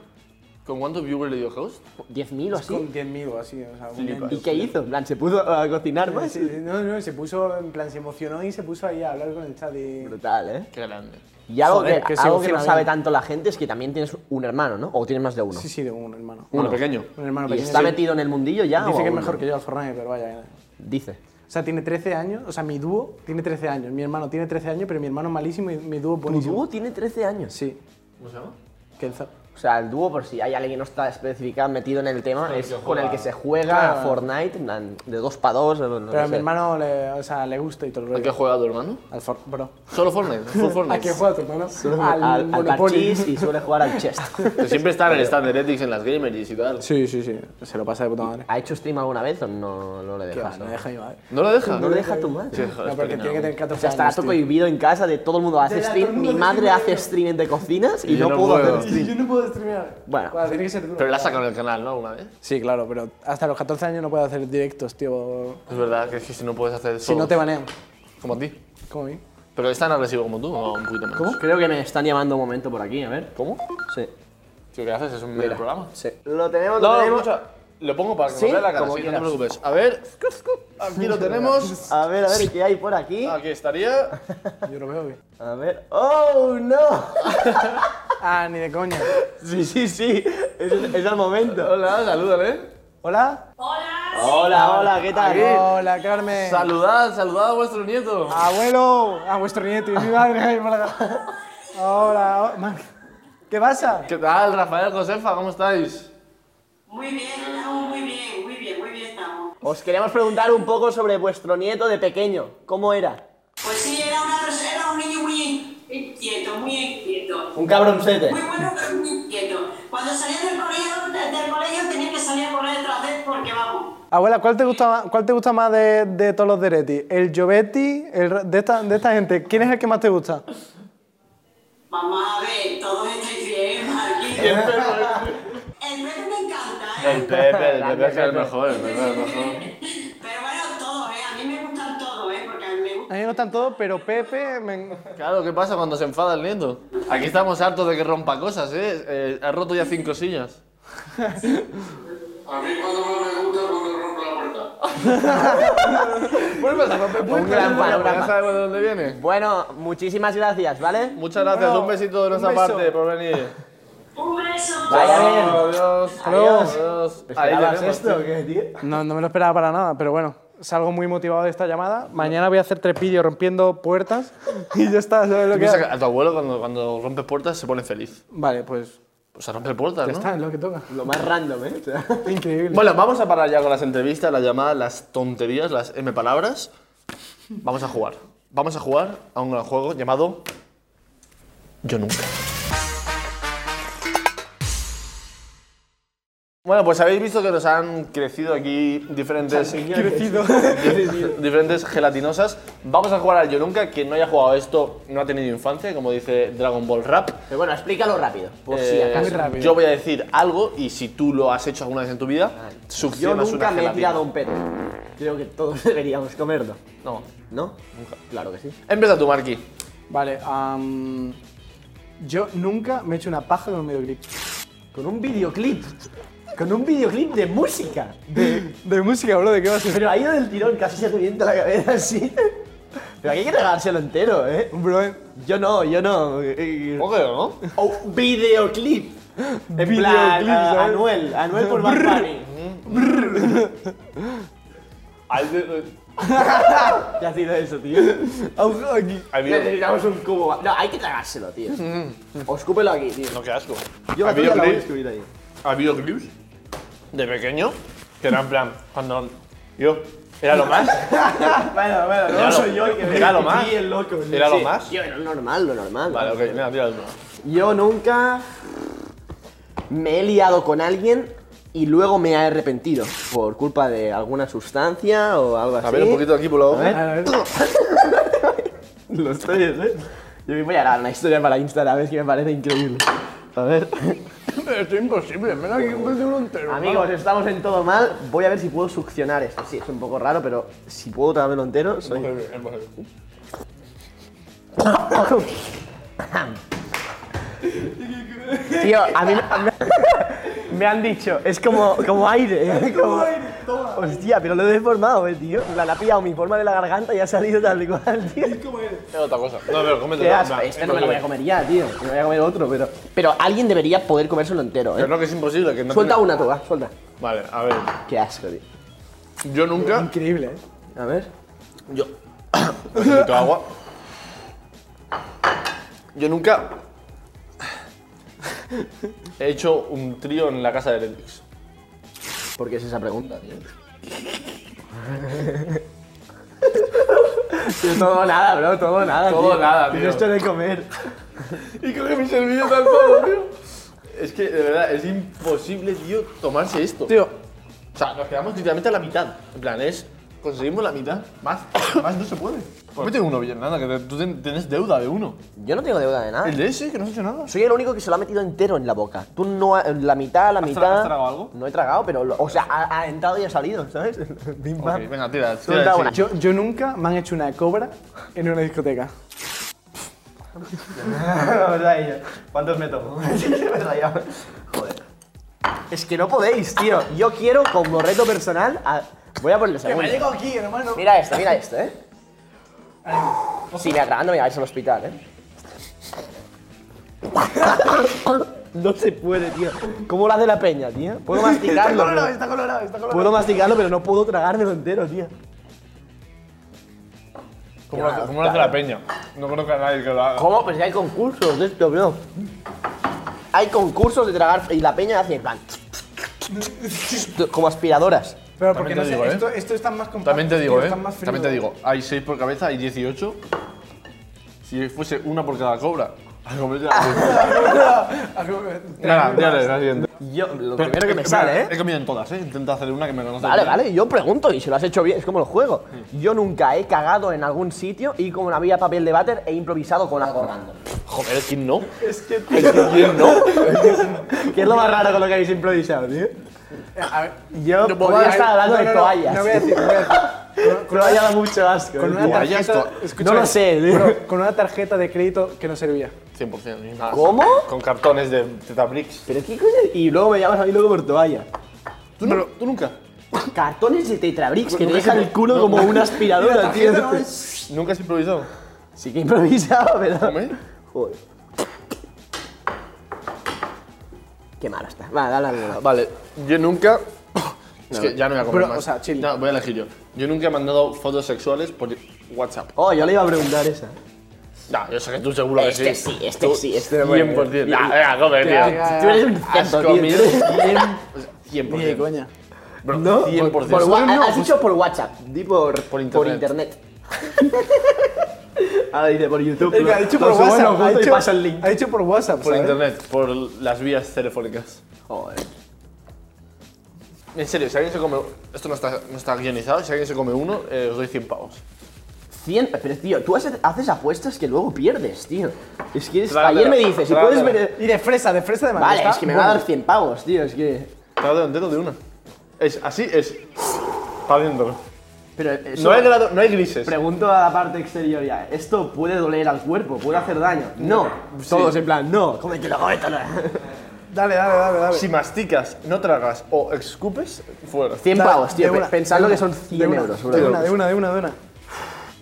[SPEAKER 1] ¿Con cuántos viewers le dio host?
[SPEAKER 9] 10.000 o
[SPEAKER 5] Es Con
[SPEAKER 9] así.
[SPEAKER 5] 10.000 o así, o sea, un-
[SPEAKER 1] Flipas.
[SPEAKER 9] ¿Y qué hizo? En plan, ¿se puso a cocinar más?
[SPEAKER 5] Sí, sí, No, no, se puso, en plan, se emocionó y se puso ahí a hablar con el chat y...
[SPEAKER 9] Brutal, ¿eh?
[SPEAKER 1] Qué grande.
[SPEAKER 9] Y algo,
[SPEAKER 5] Joder,
[SPEAKER 9] que,
[SPEAKER 5] que se
[SPEAKER 9] algo que no
[SPEAKER 5] emociona
[SPEAKER 9] sabe
[SPEAKER 5] bien.
[SPEAKER 9] tanto la gente es que también tienes un hermano, ¿no? O tienes más de uno.
[SPEAKER 5] Sí, sí, de un hermano.
[SPEAKER 1] Bueno, pequeño.
[SPEAKER 5] Un hermano
[SPEAKER 9] ¿Y
[SPEAKER 5] pequeño.
[SPEAKER 9] está
[SPEAKER 5] sí.
[SPEAKER 9] metido en el mundillo ya?
[SPEAKER 5] Dice
[SPEAKER 9] o
[SPEAKER 5] que es
[SPEAKER 9] aún
[SPEAKER 5] mejor
[SPEAKER 9] no?
[SPEAKER 5] que yo al Fortnite, pero vaya.
[SPEAKER 9] Dice.
[SPEAKER 5] O sea, tiene 13 años, o sea, mi dúo tiene 13 años. Mi hermano tiene 13 años, pero mi hermano es malísimo y mi dúo es
[SPEAKER 9] Tu
[SPEAKER 5] buenísimo.
[SPEAKER 9] dúo tiene 13 años.
[SPEAKER 5] Sí,
[SPEAKER 1] ¿Cómo se llama?
[SPEAKER 5] Kenzo.
[SPEAKER 9] O sea, el dúo, por si hay alguien que no está especificado metido en el tema, es con el que se juega a Fortnite, en plan, de dos para dos. o no
[SPEAKER 5] Pero a
[SPEAKER 9] sé.
[SPEAKER 5] mi hermano le, o sea, le gusta y todo el
[SPEAKER 1] ¿A
[SPEAKER 5] rollo.
[SPEAKER 1] qué juega tu hermano?
[SPEAKER 5] Al Fortnite, bro.
[SPEAKER 1] Solo Fortnite, full Fortnite.
[SPEAKER 5] ¿A qué juega tu hermano?
[SPEAKER 9] al, al,
[SPEAKER 5] Monopoly.
[SPEAKER 9] parchís y suele jugar al chest.
[SPEAKER 1] Pero siempre está en el stand de Netflix, en las Gameries y tal.
[SPEAKER 5] Sí, sí, sí. Se lo pasa de puta madre.
[SPEAKER 9] ¿Ha hecho stream alguna vez o no, no le
[SPEAKER 5] Qué va,
[SPEAKER 9] dejas?
[SPEAKER 5] no deja mi madre.
[SPEAKER 1] ¿No lo deja?
[SPEAKER 9] No le deja tu madre.
[SPEAKER 1] Sí, joder,
[SPEAKER 5] No, porque
[SPEAKER 1] pequeño.
[SPEAKER 5] tiene que tener 14
[SPEAKER 9] O sea,
[SPEAKER 5] años.
[SPEAKER 9] estará todo
[SPEAKER 5] tío.
[SPEAKER 9] prohibido en casa de todo el mundo hace
[SPEAKER 5] Ya, todo
[SPEAKER 9] stream.
[SPEAKER 5] el
[SPEAKER 9] Mi
[SPEAKER 5] mundo
[SPEAKER 9] madre
[SPEAKER 5] streamea.
[SPEAKER 9] hace stream entre cocinas y,
[SPEAKER 1] Y yo
[SPEAKER 9] no,
[SPEAKER 1] no
[SPEAKER 9] puedo
[SPEAKER 1] puedo.
[SPEAKER 9] hacer
[SPEAKER 5] Y
[SPEAKER 9] stream.
[SPEAKER 5] yo no puedo streamear.
[SPEAKER 9] Bueno.
[SPEAKER 5] tiene que ser duro.
[SPEAKER 1] Pero la sacan en el canal, ¿no? Una vez.
[SPEAKER 5] Sí, claro, pero hasta los 14 años no puedo hacer directos, tío.
[SPEAKER 1] Es verdad que, es que si no puedes hacer eso.
[SPEAKER 5] Si no te banean.
[SPEAKER 1] Como a ti.
[SPEAKER 5] Como a mí.
[SPEAKER 1] Pero es tan agresivo como tú, o un poquito menos.
[SPEAKER 5] ¿Cómo?
[SPEAKER 9] Creo que me están llamando un momento por aquí, a ver.
[SPEAKER 1] ¿Cómo?
[SPEAKER 9] Sí.
[SPEAKER 1] Tío, ¿qué haces? Es un medio
[SPEAKER 9] Mira.
[SPEAKER 1] programa.
[SPEAKER 9] Sí. Lo tenemos, lo
[SPEAKER 1] No, no,
[SPEAKER 9] tenemos.
[SPEAKER 1] escucha. Lo pongo para que
[SPEAKER 9] Sí,
[SPEAKER 1] nos vea la cara,
[SPEAKER 9] como
[SPEAKER 1] sí, no te
[SPEAKER 9] quieras.
[SPEAKER 1] preocupes. A ver, aquí lo tenemos.
[SPEAKER 9] A ver, a ver, ¿qué hay por aquí?
[SPEAKER 1] Aquí estaría.
[SPEAKER 5] Yo lo veo bien.
[SPEAKER 9] A ver. ¡Oh, no!
[SPEAKER 5] Ah, ni de coña.
[SPEAKER 9] Sí, sí, sí. Es, es el momento.
[SPEAKER 1] Hola, salúdale.
[SPEAKER 5] Hola.
[SPEAKER 9] Hola, hola, ¿qué tal?
[SPEAKER 5] Hola, Carmen.
[SPEAKER 1] Saludad, saludad a vuestro nieto.
[SPEAKER 5] Abuelo, a vuestro nieto y mi madre. ahí por acá. Hola, hola. ¿Qué pasa?
[SPEAKER 1] ¿Qué tal, Rafael, Josefa? ¿Cómo estáis?
[SPEAKER 12] Muy bien, estamos muy bien, muy bien, muy bien estamos.
[SPEAKER 9] Os queríamos preguntar un poco sobre vuestro nieto de pequeño. ¿Cómo era?
[SPEAKER 12] Pues sí, era, una, era un niño muy inquieto, muy inquieto.
[SPEAKER 9] Un cabroncete.
[SPEAKER 12] Muy bueno, pero muy inquieto. Cuando salía del colegio, de- del colegio tenía que salir a correr detrás de él porque vamos.
[SPEAKER 5] Abuela, ¿cuál te gusta más, cuál te gusta más de, de todos los Deretti? ¿El Giovetti? El, re- de, esta, de esta gente? ¿Quién es el que más te gusta?
[SPEAKER 12] Vamos a ver, todos estáis bien, Marquín.
[SPEAKER 1] Y el
[SPEAKER 12] El Pepe me encanta, ¿eh?
[SPEAKER 1] El Pepe, el Pepe es el mejor, el Pepe es el mejor.
[SPEAKER 12] Pero bueno, todos, ¿eh? A mí me gustan todos, ¿eh? Porque a mí me
[SPEAKER 5] A mí me gustan todos, pero Pepe me...
[SPEAKER 1] Claro, ¿qué pasa cuando se enfada el nieto? Aquí estamos hartos de que rompa cosas, ¿eh? Eh, ha roto ya cinco sillas.
[SPEAKER 7] A mí cuando más me gusta es cuando rompo la puerta.
[SPEAKER 1] Vuelve a romper
[SPEAKER 9] Un gran panorama.
[SPEAKER 1] Ya sabemos de dónde viene.
[SPEAKER 9] Bueno, muchísimas gracias, ¿vale?
[SPEAKER 1] Muchas gracias,
[SPEAKER 9] Bueno,
[SPEAKER 1] un besito de nuestra
[SPEAKER 9] un beso.
[SPEAKER 1] parte por venir.
[SPEAKER 12] Un beso.
[SPEAKER 9] Vaya bien.
[SPEAKER 1] Adiós.
[SPEAKER 5] Adiós.
[SPEAKER 1] Adiós.
[SPEAKER 9] ¿Te
[SPEAKER 1] Ahí
[SPEAKER 9] esperabas
[SPEAKER 1] tenemos,
[SPEAKER 9] esto
[SPEAKER 1] tío.
[SPEAKER 9] o qué, tío?
[SPEAKER 5] No, no me lo esperaba para nada, pero bueno, salgo muy motivado de esta llamada. Mañana voy a hacer tres vídeos rompiendo puertas y ya está, ¿sabes lo que
[SPEAKER 1] Piensa que
[SPEAKER 5] hago?
[SPEAKER 1] a tu abuelo cuando, cuando rompes puertas se pone feliz.
[SPEAKER 5] Vale, pues
[SPEAKER 1] Pues se rompe puertas,
[SPEAKER 5] ya
[SPEAKER 1] ¿no?
[SPEAKER 5] está, es lo que toca.
[SPEAKER 9] Lo más random, ¿eh?
[SPEAKER 5] Increíble.
[SPEAKER 1] Bueno, vamos a parar ya con las entrevistas, las llamadas, las tonterías, las M palabras. Vamos a jugar. Vamos a jugar a un gran juego llamado Yo Nunca. Bueno, pues habéis visto que nos han crecido aquí diferentes,
[SPEAKER 5] Crecido.
[SPEAKER 1] diferentes gelatinosas. Vamos a jugar al Yo Nunca. Quien no haya jugado esto no ha tenido infancia, como dice Dragon Ball Rap.
[SPEAKER 9] Pero bueno, explícalo rápido, por si
[SPEAKER 1] Eh,
[SPEAKER 9] acaso.
[SPEAKER 5] Muy rápido.
[SPEAKER 1] Yo voy a decir algo y si tú lo has hecho alguna vez en tu vida,
[SPEAKER 9] Yo
[SPEAKER 1] succionas
[SPEAKER 9] nunca
[SPEAKER 1] una
[SPEAKER 9] me he
[SPEAKER 1] gelatina.
[SPEAKER 9] tirado un pedo. Creo que todos deberíamos comerlo.
[SPEAKER 1] No.
[SPEAKER 9] ¿No? Claro que sí.
[SPEAKER 1] Empieza tú, Marqui.
[SPEAKER 5] Vale, am, yo nunca me he hecho una paja con un videoclip.
[SPEAKER 9] Con un videoclip. Con un videoclip de música.
[SPEAKER 5] De, de música, bro, ¿de qué va a ser?
[SPEAKER 9] Pero ha ido del tirón, casi se revienta la cabeza así. Pero hay que tragárselo entero, ¿eh?
[SPEAKER 5] Bro, eh,
[SPEAKER 9] Yo no, yo no. Eh,
[SPEAKER 1] ¿Cómo que no?
[SPEAKER 9] O videoclip. En
[SPEAKER 5] Videoclip,
[SPEAKER 9] plan, ah,
[SPEAKER 5] ¿sabes?
[SPEAKER 9] Anuel, Anuel por Bad Bunny. ¿Qué ha sido eso, tío?
[SPEAKER 5] aguja aquí.
[SPEAKER 9] Necesitamos un cubo. No, hay que tragárselo, tío.
[SPEAKER 1] Mm.
[SPEAKER 9] O escúpelo aquí, tío.
[SPEAKER 1] No, qué asco.
[SPEAKER 9] Yo
[SPEAKER 1] ¿Ha
[SPEAKER 9] la tuya
[SPEAKER 1] habido,
[SPEAKER 9] la voy a
[SPEAKER 1] clips,
[SPEAKER 9] escribir ahí.
[SPEAKER 1] ha habido clips de pequeño que era en plan, cuando yo era lo más,
[SPEAKER 9] Bueno, bueno,
[SPEAKER 1] Era lo- era lo más. era lo más.
[SPEAKER 9] Yo, lo normal, lo normal.
[SPEAKER 1] Vale, ok, mira, tira uno.
[SPEAKER 9] Yo nunca me he liado con alguien y luego me he arrepentido por culpa de alguna sustancia o algo así.
[SPEAKER 1] A ver, un poquito aquí por la
[SPEAKER 9] A ver.
[SPEAKER 1] boca.
[SPEAKER 5] A ver,
[SPEAKER 9] Los tres, ¿eh? Yo me voy a grabar una historia para Instagram, es que me parece increíble. A ver.
[SPEAKER 1] Esto es imposible, mira aquí un uno entero.
[SPEAKER 9] Amigos, estamos en todo mal. Voy a ver si puedo succionar esto. Sí, es un poco raro, pero si puedo tragármelo entero, soy... Tío, a mí me, me han dicho, es como, como aire. ¿eh? Como, hostia, pero lo he deformado, eh, tío. La, la ha pillado mi forma de la garganta y ha salido tal y cual, tío.
[SPEAKER 1] Era otra cosa. No, pero cómete.
[SPEAKER 9] Qué asco. Este no me lo voy a comer ya, tío. Me voy a comer otro, pero. Pero alguien debería poder comérselo entero,
[SPEAKER 1] Pero
[SPEAKER 9] eh.
[SPEAKER 1] no, que es imposible. Que no
[SPEAKER 9] Suelta
[SPEAKER 1] tiene-
[SPEAKER 9] una, tú, va, suelta.
[SPEAKER 1] Vale, a ver.
[SPEAKER 9] Qué asco, tío.
[SPEAKER 1] Yo nunca.
[SPEAKER 5] Increíble, ¿eh?
[SPEAKER 9] A ver.
[SPEAKER 1] Yo. Necesito agua. Yo nunca. He hecho un trío en la casa de Netflix.
[SPEAKER 9] ¿Por qué es esa pregunta, tío? Tío, todo nada, bro, todo nada.
[SPEAKER 1] Todo
[SPEAKER 9] tío.
[SPEAKER 1] nada, tío.
[SPEAKER 9] Yo estoy de comer.
[SPEAKER 1] Y creo que me serví de tan solo, tío. Es que, de verdad, es imposible, tío, tomarse esto.
[SPEAKER 5] Tío,
[SPEAKER 1] O sea, nos quedamos literalmente a la mitad. En plan, es. Conseguimos la mitad. Más, más no se puede. Cómete uno, bien, nada, que te- tú ten- tienes deuda de uno.
[SPEAKER 9] Yo no tengo deuda de nada.
[SPEAKER 1] El de ese, que no has hecho nada.
[SPEAKER 9] Soy el único que se lo ha metido entero en la boca. Tú no, ha- la mitad, la mitad.
[SPEAKER 1] has tragado algo?
[SPEAKER 9] No he tragado, pero, lo- o sea, ha, ha entrado y ha salido, ¿sabes? Bim,
[SPEAKER 1] Ok,
[SPEAKER 9] bam.
[SPEAKER 1] venga, tira,
[SPEAKER 9] Suelta
[SPEAKER 1] tira. sí.
[SPEAKER 9] una.
[SPEAKER 5] yo, yo nunca me han hecho una cobra en una discoteca.
[SPEAKER 9] La verdad, y yo, ¿Cuántos me tomo? Me rayaba. Joder. Es que no podéis, tío. Yo quiero, como reto personal, a- voy a ponerlo segundo.
[SPEAKER 5] aquí, hermano.
[SPEAKER 9] Mira esto, mira esto, ¿eh? Si me atragan, no me vais al hospital, ¿eh? No se puede, tío. ¿Cómo lo hace la peña, tío? Puedo masticarlo.
[SPEAKER 5] colorado,
[SPEAKER 9] pero-
[SPEAKER 5] está colorado, está colorado.
[SPEAKER 9] Puedo masticarlo, pero no puedo tragármelo entero, tío.
[SPEAKER 1] ¿Cómo, lo, cómo lo hace la peña? No conozco a nadie que lo haga.
[SPEAKER 9] ¿Cómo? Pues si hay concursos de esto, bro. Hay concursos de tragar y la peña hace en plan. Como aspiradoras.
[SPEAKER 5] Pero
[SPEAKER 1] porque También te no sé, digo, ¿eh? esto-
[SPEAKER 5] está más compacto.
[SPEAKER 1] También te digo, eh. También te digo, hay 6 por cabeza, hay 18. Si fuese una por cada cobra. Ah, algo me- Nada, ya le- la siguiente.
[SPEAKER 9] Yo, lo
[SPEAKER 1] Pero-
[SPEAKER 9] primero que me
[SPEAKER 1] espera,
[SPEAKER 9] sale, ¿eh?
[SPEAKER 1] He comido en todas, ¿eh? Intenta hacer una que me conoce.
[SPEAKER 9] Vale,
[SPEAKER 1] bien.
[SPEAKER 9] vale, yo pregunto y si lo has hecho bien, es como lo juego. Yo nunca he cagado en algún sitio y como no había papel de váter, he improvisado con algo random.
[SPEAKER 1] Joder, es que no.
[SPEAKER 9] Es que,
[SPEAKER 1] ¿Quién no?
[SPEAKER 9] ¿Qué es lo más raro con lo que habéis improvisado, tío? Yo
[SPEAKER 5] Eh, No,
[SPEAKER 9] podría
[SPEAKER 5] voy a-
[SPEAKER 9] estar hablando
[SPEAKER 5] no,
[SPEAKER 9] de
[SPEAKER 5] no, no,
[SPEAKER 9] toallas.
[SPEAKER 5] no voy a decir, no voy a decir.
[SPEAKER 9] Toalla da mucho asco. eh,
[SPEAKER 5] Con una
[SPEAKER 9] tío.
[SPEAKER 5] tarjeta,
[SPEAKER 9] No lo sé, tío.
[SPEAKER 5] Bueno, con una tarjeta de crédito que no servía.
[SPEAKER 1] 100%, ni más.
[SPEAKER 9] ¿Cómo?
[SPEAKER 1] Con cartones de Tetabricks.
[SPEAKER 9] Pero qué coño. Y luego me llamas a mí luego por toalla.
[SPEAKER 1] ¿Tú, no- tú nunca?
[SPEAKER 9] Cartones de Tetrabricks que te
[SPEAKER 1] Nunca
[SPEAKER 9] dejan
[SPEAKER 1] se-
[SPEAKER 9] el culo
[SPEAKER 1] no,
[SPEAKER 9] como
[SPEAKER 1] no.
[SPEAKER 9] una aspiradora, tío.
[SPEAKER 1] ¿Nunca has improvisado?
[SPEAKER 9] Sí que he improvisado, pero.
[SPEAKER 1] ¿Come?
[SPEAKER 9] Joder. Qué mala está. Vale, dale, dale. dale.
[SPEAKER 1] Vale, yo nunca. Es que ya no voy a comer
[SPEAKER 9] Pero,
[SPEAKER 1] más.
[SPEAKER 9] o sea,
[SPEAKER 1] No, voy a elegir yo. Yo nunca he mandado fotos sexuales por WhatsApp.
[SPEAKER 9] Oh, yo le iba a preguntar esa.
[SPEAKER 1] No, yo sé que tú seguro
[SPEAKER 9] Este
[SPEAKER 1] que sí.
[SPEAKER 9] sí, este
[SPEAKER 1] Tú,
[SPEAKER 9] sí, este bueno.
[SPEAKER 1] 100%.
[SPEAKER 9] Yo-
[SPEAKER 1] Nah, venga, come,
[SPEAKER 9] Ya, ya,
[SPEAKER 1] tío.
[SPEAKER 9] ya. Tú eres un cerdo,
[SPEAKER 1] Has
[SPEAKER 9] tío.
[SPEAKER 1] comido
[SPEAKER 9] Tú eres-
[SPEAKER 1] 100%. o sea, 100%.
[SPEAKER 9] Ni de coña.
[SPEAKER 1] Bro,
[SPEAKER 9] No,
[SPEAKER 1] 100%.
[SPEAKER 9] por, por wa-
[SPEAKER 1] pues-
[SPEAKER 9] has dicho por WhatsApp, di por, por internet. Ahora dice por YouTube.
[SPEAKER 5] Venga, ha dicho por
[SPEAKER 9] Lo subo en
[SPEAKER 5] WhatsApp,
[SPEAKER 9] oculto
[SPEAKER 5] ha
[SPEAKER 9] y
[SPEAKER 5] dicho-
[SPEAKER 9] pasa el link.
[SPEAKER 5] Ha dicho por WhatsApp,
[SPEAKER 1] Por
[SPEAKER 5] ¿sabes?
[SPEAKER 1] internet, por las vías telefónicas.
[SPEAKER 9] Joder.
[SPEAKER 1] En serio, si alguien se come. Esto no está, no está guionizado. Si alguien se come uno, eh, os doy 100 pavos.
[SPEAKER 9] 100, pero tío, tú haces, haces apuestas que luego pierdes, tío. Es que es-
[SPEAKER 1] Trágatela,
[SPEAKER 9] ayer me dices, si puedes
[SPEAKER 1] trágatela.
[SPEAKER 9] ver...
[SPEAKER 5] Y de fresa, de fresa de mango.
[SPEAKER 9] Vale,
[SPEAKER 5] está
[SPEAKER 9] es que me va a
[SPEAKER 5] bueno.
[SPEAKER 9] dar 100 pavos, tío, es que...
[SPEAKER 1] Cada dedo entero de una. Es así, es. Para adentro.
[SPEAKER 9] Pero eso-
[SPEAKER 1] No hay, grado, no hay grises.
[SPEAKER 9] Pregunto a la parte exterior ya, ¿esto puede doler al cuerpo? ¿Puede hacer daño? No, todos en plan, no, cómetelo, cómetelo.
[SPEAKER 5] Dale, dale, dale, dale.
[SPEAKER 1] Si masticas, no tragas o escupes, fuera.
[SPEAKER 9] 100
[SPEAKER 5] Dale,
[SPEAKER 9] pavos,
[SPEAKER 5] de
[SPEAKER 9] tío,
[SPEAKER 5] una,
[SPEAKER 9] pensando
[SPEAKER 5] de
[SPEAKER 9] que son
[SPEAKER 5] una,
[SPEAKER 9] 100
[SPEAKER 5] de una,
[SPEAKER 9] euros, bro.
[SPEAKER 5] De una, de una, de una, de una.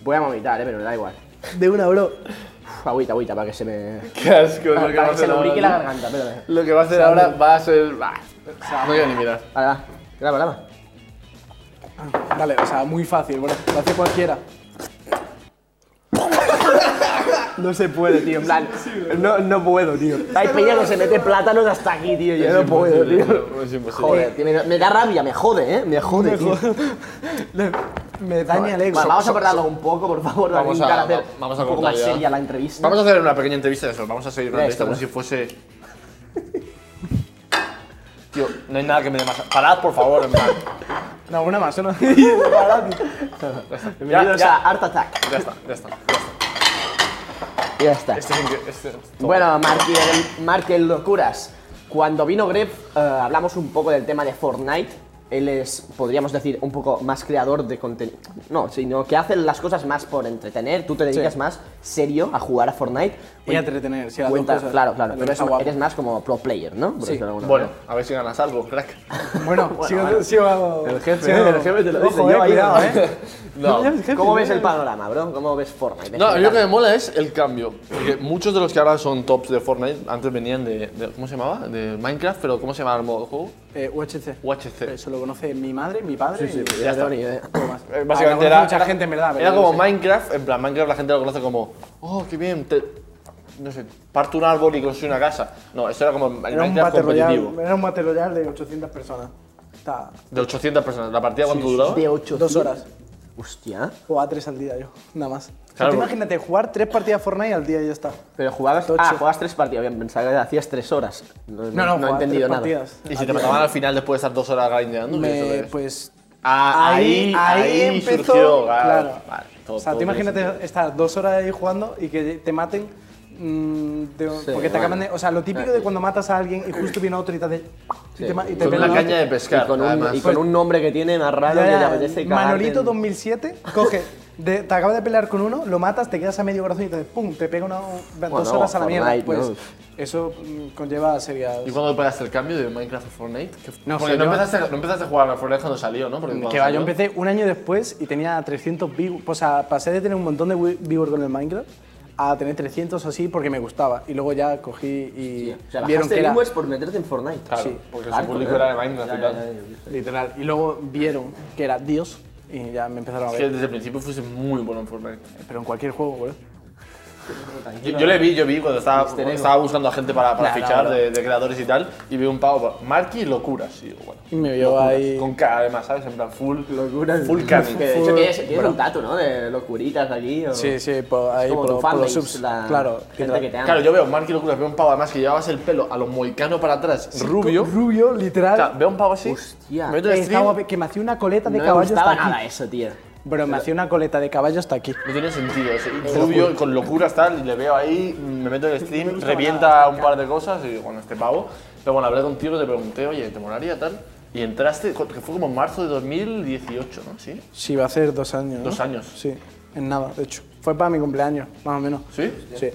[SPEAKER 9] Voy a vomitar, eh, pero da igual.
[SPEAKER 5] De una, bro.
[SPEAKER 9] Uf, agüita, agüita, para que se me...
[SPEAKER 1] Qué asco es lo
[SPEAKER 9] Para,
[SPEAKER 1] Ah, que va a
[SPEAKER 9] que se
[SPEAKER 1] hacer ahora.
[SPEAKER 9] lubrique la garganta, espérame.
[SPEAKER 1] Lo que va a hacer ahora va a ser. bah, no voy a ni mirar.
[SPEAKER 9] Vale, va, graba, graba.
[SPEAKER 5] Dale, o sea, muy fácil, bro. Lo hace cualquiera.
[SPEAKER 9] No se puede, tío, en plan, no, no puedo, tío. Hay peña que se mete plátanos hasta aquí, tío, yo no puedo,
[SPEAKER 1] Imposible,
[SPEAKER 9] tío.
[SPEAKER 1] bro, Es imposible.
[SPEAKER 9] Joder, tío, me, me da rabia, me jode, eh, me jode, tío.
[SPEAKER 5] Le- Me daña el ego.
[SPEAKER 9] Bueno, vamos a acordarlo un poco, por favor, para
[SPEAKER 1] Vamos
[SPEAKER 9] intentar
[SPEAKER 1] a-
[SPEAKER 9] hacer
[SPEAKER 1] va- vamos a
[SPEAKER 9] un poco
[SPEAKER 1] cortar
[SPEAKER 9] más
[SPEAKER 1] ya.
[SPEAKER 9] seria la entrevista.
[SPEAKER 1] Vamos a hacer una pequeña entrevista de eso. Vamos a seguir una
[SPEAKER 9] Mira
[SPEAKER 1] entrevista como si
[SPEAKER 9] esto,
[SPEAKER 1] fuese. Tío, no hay nada que me dé más. Parad, por favor, en plan.
[SPEAKER 5] No, una más, una.
[SPEAKER 9] Bienvenidos
[SPEAKER 1] Ya, ya.
[SPEAKER 9] a Art Attack.
[SPEAKER 1] Ya está, ya está.
[SPEAKER 9] Ya está.
[SPEAKER 1] Este es inque- este es todo.
[SPEAKER 9] Bueno, Markel, Markel Locuras. Cuando vino Greb, eh, hablamos un poco del tema de Fortnite. Él es, podríamos decir, un poco más creador de contenido. No, sino que hace las cosas más por entretener. Tú te dedicas
[SPEAKER 5] Sí.
[SPEAKER 9] más serio a jugar a Fortnite.
[SPEAKER 5] Y a entretener, sí, las dos
[SPEAKER 9] cuenta-
[SPEAKER 5] cosas.
[SPEAKER 9] Claro, claro.
[SPEAKER 5] Lo
[SPEAKER 9] Pero
[SPEAKER 5] que
[SPEAKER 9] eres,
[SPEAKER 5] está guapo.
[SPEAKER 9] eres más como pro player, ¿no? Por
[SPEAKER 5] Sí.
[SPEAKER 9] decirlo de alguna
[SPEAKER 1] Bueno,
[SPEAKER 9] manera.
[SPEAKER 1] a ver si ganas algo, crack.
[SPEAKER 5] Bueno, sigo, sigo.
[SPEAKER 9] El jefe,
[SPEAKER 5] sigo-
[SPEAKER 9] el jefe te lo dice,
[SPEAKER 5] Ojo, eh,
[SPEAKER 9] lleva ahí.
[SPEAKER 5] cuidado, eh.
[SPEAKER 1] No.
[SPEAKER 5] Ya ves, jefe,
[SPEAKER 9] ¿Cómo
[SPEAKER 5] ya
[SPEAKER 9] ves el
[SPEAKER 5] ves.
[SPEAKER 9] panorama, bro? ¿Cómo ves Fortnite?
[SPEAKER 1] No, yo lo que me mola es el cambio. Porque muchos de los que ahora son tops de Fortnite antes venían de. de- ¿Cómo se llamaba? De Minecraft, pero ¿cómo se llamaba el modo de juego?
[SPEAKER 5] Eh, UHC.
[SPEAKER 1] UHC.
[SPEAKER 5] Eso lo conoce mi madre, mi padre. Sí, sí,
[SPEAKER 9] Ya tengo ni idea.
[SPEAKER 1] Eh, Básicamente era,
[SPEAKER 5] Ah, mucha
[SPEAKER 1] era-
[SPEAKER 5] gente, en verdad. pero
[SPEAKER 1] Era
[SPEAKER 5] yo
[SPEAKER 1] como
[SPEAKER 5] no sé.
[SPEAKER 1] Minecraft, en plan, Minecraft la gente lo conoce como, oh, qué bien, te- no sé, parto un árbol y construyo una casa. No, eso era como el
[SPEAKER 5] Era un
[SPEAKER 1] Minecraft
[SPEAKER 5] battle
[SPEAKER 1] competitivo.
[SPEAKER 5] royale, era un battle royale de 800 personas. Está
[SPEAKER 1] De 800 personas, ¿la partida cuánto
[SPEAKER 5] sí,
[SPEAKER 1] duraba?
[SPEAKER 9] De 8
[SPEAKER 5] dos horas.
[SPEAKER 9] Hostia.
[SPEAKER 5] O a tres al día yo, nada más. O sea,
[SPEAKER 1] Claro.
[SPEAKER 5] tú imagínate jugar tres partidas Fortnite al día y ya está.
[SPEAKER 9] Pero jugabas.
[SPEAKER 5] Tocho.
[SPEAKER 9] Ah, jugabas tres partidos. Bien, pensaba que hacías tres horas. No, no, no he
[SPEAKER 5] jugaba
[SPEAKER 9] entendido
[SPEAKER 5] tres
[SPEAKER 9] nada.
[SPEAKER 5] partidas.
[SPEAKER 1] Y si te mataban al final después de estar dos horas grindeando, ¿qué
[SPEAKER 5] Me-
[SPEAKER 1] eso qué es?
[SPEAKER 5] pues,
[SPEAKER 1] Ah, ahí,
[SPEAKER 5] ahí- ahí empezó,
[SPEAKER 1] surgió, ah,
[SPEAKER 5] claro.
[SPEAKER 1] Vale, todo-
[SPEAKER 5] o sea,
[SPEAKER 1] todo
[SPEAKER 5] tú imagínate estar dos horas ahí jugando y que te maten. mm, de-
[SPEAKER 9] Sí,
[SPEAKER 5] porque te acaban
[SPEAKER 9] bueno. Eh,
[SPEAKER 5] de. O sea, lo típico de cuando matas a alguien y justo viene otro y te hace.
[SPEAKER 9] Sí.
[SPEAKER 5] Y te, ma- y pues te
[SPEAKER 1] Con
[SPEAKER 5] pega
[SPEAKER 1] una
[SPEAKER 5] la
[SPEAKER 1] caña de
[SPEAKER 9] Y
[SPEAKER 1] pescar,
[SPEAKER 9] con, un,
[SPEAKER 1] además.
[SPEAKER 9] y con un nombre que tiene más raro
[SPEAKER 5] Ya,
[SPEAKER 9] que te
[SPEAKER 5] ya,
[SPEAKER 9] apetece cagarte
[SPEAKER 5] Manolito
[SPEAKER 9] en-
[SPEAKER 5] 2007, coge, de- te acabas de pelear con uno, lo matas, te quedas a medio corazón y te pum, te pega una, dos
[SPEAKER 9] Bueno,
[SPEAKER 5] horas a la mierda.
[SPEAKER 9] Fortnite,
[SPEAKER 5] Pues
[SPEAKER 9] ¿no?
[SPEAKER 5] eso mm, conlleva serias.
[SPEAKER 1] ¿Y cuándo pegaste el cambio de Minecraft a Fortnite? Que-
[SPEAKER 5] No
[SPEAKER 1] porque
[SPEAKER 5] sé,
[SPEAKER 1] no,
[SPEAKER 5] yo-
[SPEAKER 1] empezaste, no empezaste a jugar a Fortnite cuando salió, ¿no? Porque cuando
[SPEAKER 5] Que va, yo
[SPEAKER 1] salió-
[SPEAKER 5] empecé un año después y tenía 300 views. O sea, pasé de tener un montón de wi- viewers con el Minecraft a tener 300 o así porque me gustaba. Y luego ya cogí y
[SPEAKER 9] O sea,
[SPEAKER 5] vieron
[SPEAKER 9] bajaste
[SPEAKER 5] que
[SPEAKER 9] el
[SPEAKER 5] era...
[SPEAKER 9] Inwards por meterte en Fortnite.
[SPEAKER 5] Claro, Sí. porque su público
[SPEAKER 9] ¿eh?
[SPEAKER 5] era de Minecraft y
[SPEAKER 9] Ya,
[SPEAKER 5] tal.
[SPEAKER 9] ya, ya, ya.
[SPEAKER 5] Literal. Y luego vieron que era Dios y ya me empezaron a
[SPEAKER 1] Es
[SPEAKER 5] ver.
[SPEAKER 1] que desde el principio fuese muy bueno en Fortnite.
[SPEAKER 5] Pero en cualquier juego, boludo.
[SPEAKER 1] Yo, yo le vi, yo vi cuando estaba,
[SPEAKER 5] Mister
[SPEAKER 1] cuando
[SPEAKER 5] Ego.
[SPEAKER 1] estaba buscando a gente para, para
[SPEAKER 5] Nah, nah,
[SPEAKER 1] fichar
[SPEAKER 5] nah.
[SPEAKER 1] De, de creadores y tal, y vi un pavo, Marky Locuras, y digo, bueno.
[SPEAKER 5] Y me vio
[SPEAKER 1] locuras,
[SPEAKER 5] ahí.
[SPEAKER 1] Con K además, ¿sabes? En plan, full.
[SPEAKER 9] Locuras.
[SPEAKER 1] Full canon.
[SPEAKER 9] Que de hecho
[SPEAKER 1] Full-
[SPEAKER 9] tienes, tienes
[SPEAKER 1] Bueno.
[SPEAKER 9] un tatu, ¿no? De locuritas de aquí. O...
[SPEAKER 5] Sí, sí, por, ahí
[SPEAKER 9] Es como
[SPEAKER 5] por,
[SPEAKER 9] tu
[SPEAKER 5] por
[SPEAKER 9] fanbase,
[SPEAKER 5] los subs.
[SPEAKER 9] la
[SPEAKER 5] claro.
[SPEAKER 9] gente
[SPEAKER 5] literal.
[SPEAKER 9] que te ama.
[SPEAKER 1] Claro, yo veo Marky Locuras, veo un pavo además que llevabas el pelo a lo moicano para atrás, rubio.
[SPEAKER 5] Rubio, literal.
[SPEAKER 1] O sea, veo un pavo así.
[SPEAKER 9] Hostia.
[SPEAKER 1] Me meto en el
[SPEAKER 5] Eh,
[SPEAKER 1] stream.
[SPEAKER 5] estaba- que me hacía una coleta de
[SPEAKER 9] No me
[SPEAKER 5] caballo
[SPEAKER 9] gustaba
[SPEAKER 5] hasta aquí.
[SPEAKER 9] nada eso, tío.
[SPEAKER 5] Bro, me hacía una coleta de caballo hasta aquí.
[SPEAKER 1] No tiene sentido, sí.
[SPEAKER 5] lo
[SPEAKER 1] Rubio,
[SPEAKER 5] juro.
[SPEAKER 1] con locuras tal, y le veo ahí, me meto en el
[SPEAKER 5] No Eh, me
[SPEAKER 1] stream,
[SPEAKER 5] gustaba
[SPEAKER 1] revienta
[SPEAKER 5] nada.
[SPEAKER 1] un par de cosas y digo, bueno, este pavo. Pero bueno, hablé contigo, te pregunté, oye, ¿te molaría tal? Y entraste, co- que fue como en marzo de 2018, ¿no? ¿Sí?
[SPEAKER 5] Sí, va a ser dos años. ¿no?
[SPEAKER 1] Dos años.
[SPEAKER 5] Sí, en nada, de hecho. Fue para mi cumpleaños, más o menos.
[SPEAKER 1] ¿Sí?
[SPEAKER 5] Sí.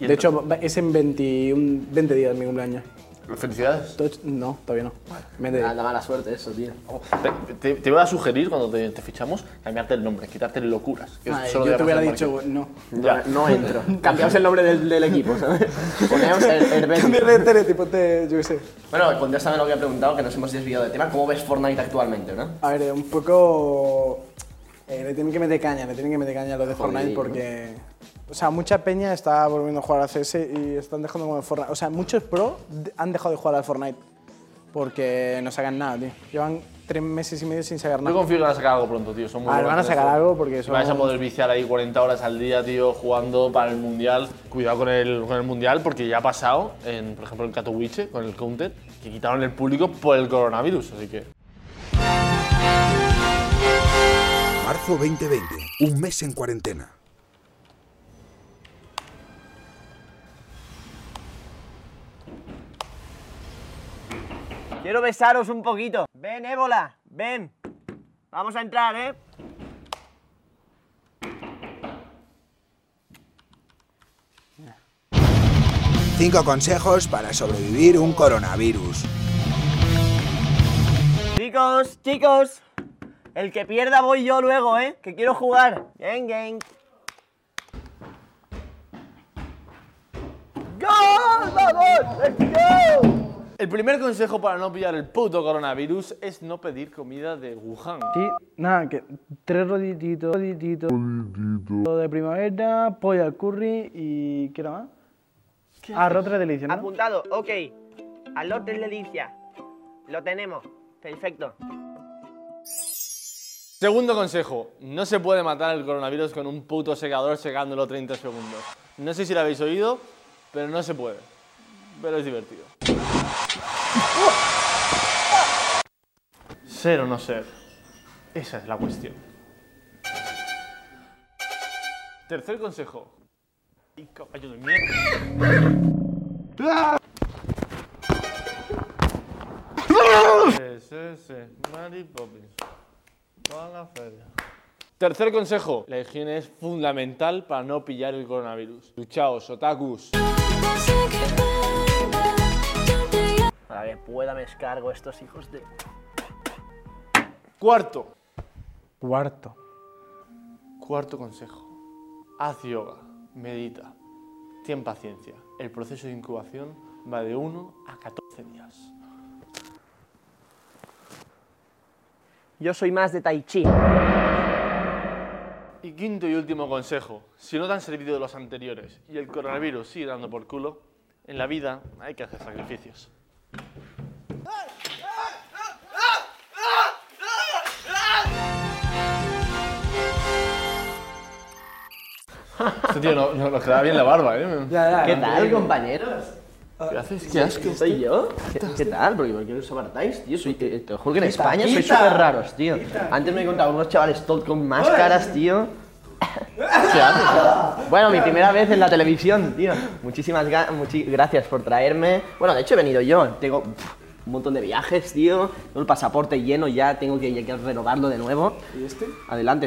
[SPEAKER 1] ¿Y
[SPEAKER 5] De hecho, va- es en 21, 20 días mi cumpleaños.
[SPEAKER 1] Felicidades.
[SPEAKER 5] To- No, todavía no. 20 días.
[SPEAKER 9] Nada mala suerte eso, tío.
[SPEAKER 1] Te, te- te voy a sugerir cuando te, te fichamos cambiarte el nombre, quitarte el locuras. que
[SPEAKER 5] Madre,
[SPEAKER 1] solo
[SPEAKER 5] yo
[SPEAKER 1] debe
[SPEAKER 5] te hubiera
[SPEAKER 1] hacer
[SPEAKER 5] dicho,
[SPEAKER 1] Marquez.
[SPEAKER 5] no.
[SPEAKER 1] Ya.
[SPEAKER 9] No entro. Cambiamos el nombre del, del equipo, ¿sabes? Ponemos el, el Betis.
[SPEAKER 5] Cambiar de teletipo, te- yo qué sé.
[SPEAKER 9] Bueno, contestame lo que he preguntado, que nos hemos desviado del tema. ¿Cómo ves Fortnite actualmente, no?
[SPEAKER 5] A ver, un poco. eh, le tienen que meter caña, le tienen que meter caña a los de
[SPEAKER 9] Jodidillo,
[SPEAKER 5] Fortnite
[SPEAKER 9] ¿no?
[SPEAKER 5] porque. O sea, mucha peña está volviendo a jugar al CS y están dejando como el Fortnite. O sea, muchos pro de- han dejado de jugar al Fortnite porque no sacan nada, tío. Llevan tres meses y medio sin sacar
[SPEAKER 1] Yo
[SPEAKER 5] nada.
[SPEAKER 1] confío que van a sacar algo pronto, tío. Son muy
[SPEAKER 5] A ver,
[SPEAKER 1] buenos
[SPEAKER 5] van a
[SPEAKER 1] en
[SPEAKER 5] sacar
[SPEAKER 1] esto.
[SPEAKER 5] algo porque
[SPEAKER 1] Y
[SPEAKER 5] son-
[SPEAKER 1] Vais a poder viciar ahí 40 horas al día, tío, jugando para el mundial. Cuidado con el, con el mundial porque ya ha pasado, en, por ejemplo, en Katowice, con el Counter, que quitaron el público por el coronavirus. Así que.
[SPEAKER 13] Marzo 2020, un mes en cuarentena.
[SPEAKER 9] Quiero besaros un poquito. Ven, Ébola, ven. Vamos a entrar, ¿eh?
[SPEAKER 13] Cinco consejos para sobrevivir un coronavirus.
[SPEAKER 9] Chicos, chicos. El que pierda voy yo luego, ¿eh? Que quiero jugar. Gang, gang. ¡Gol! ¡Vamos! ¡Let's go!
[SPEAKER 1] El primer consejo para no pillar el puto coronavirus es no pedir comida de Wuhan.
[SPEAKER 5] Sí, nada, que tres rodititos, rodititos, de primavera, pollo al curry y. ¿Qué era más? Arroz tres delicias, ¿no?
[SPEAKER 3] Apuntado, ok. Alotes delicia. Lo tenemos. Perfecto.
[SPEAKER 1] Segundo consejo, no se puede matar el coronavirus con un puto secador secándolo 30 segundos. No sé si lo habéis oído, pero no se puede. Pero es divertido. Ser o no ser. Esa es la cuestión. Tercer consejo. Y caballo de mierda. Sí, sí, sí. Mary Poppins. Toda la feria. Tercer consejo. La higiene es fundamental para no pillar el coronavirus. Duchaos, otakus.
[SPEAKER 3] Para que pueda me descargo estos hijos de.
[SPEAKER 1] Cuarto.
[SPEAKER 5] Cuarto.
[SPEAKER 1] Cuarto consejo. Haz yoga, medita, ten paciencia. El proceso de incubación va de 1 a 14 días.
[SPEAKER 3] Yo soy más de Tai Chi.
[SPEAKER 1] Y quinto y último consejo. Si no te han servido los anteriores y el coronavirus sigue dando por culo, en la vida hay que hacer sacrificios. Este tío no- no- nos queda bien la barba, ¿eh?
[SPEAKER 9] ¿Qué tal, compañeros?
[SPEAKER 1] ¿Qué haces? ¿Qué asco? este. eh,
[SPEAKER 9] ¿Soy yo? ¿Qué, qué tal? Porque ¿por qué os apartáis, tío? Soy, te, te lo juro que en
[SPEAKER 1] Quita,
[SPEAKER 9] España sois
[SPEAKER 1] quita.
[SPEAKER 9] súper raros, tío. Antes me contaban unos chavales todos con máscaras, tío. ¿Qué haces? Bueno, mi primera vez en la televisión, tío. Muchísimas ga- muchi- gracias por traerme. Bueno, de hecho he venido yo. Tengo pff, un montón de viajes, tío. Tengo el pasaporte lleno ya, tengo que, hay que renovarlo de nuevo.
[SPEAKER 5] ¿Y este?
[SPEAKER 9] Adelante,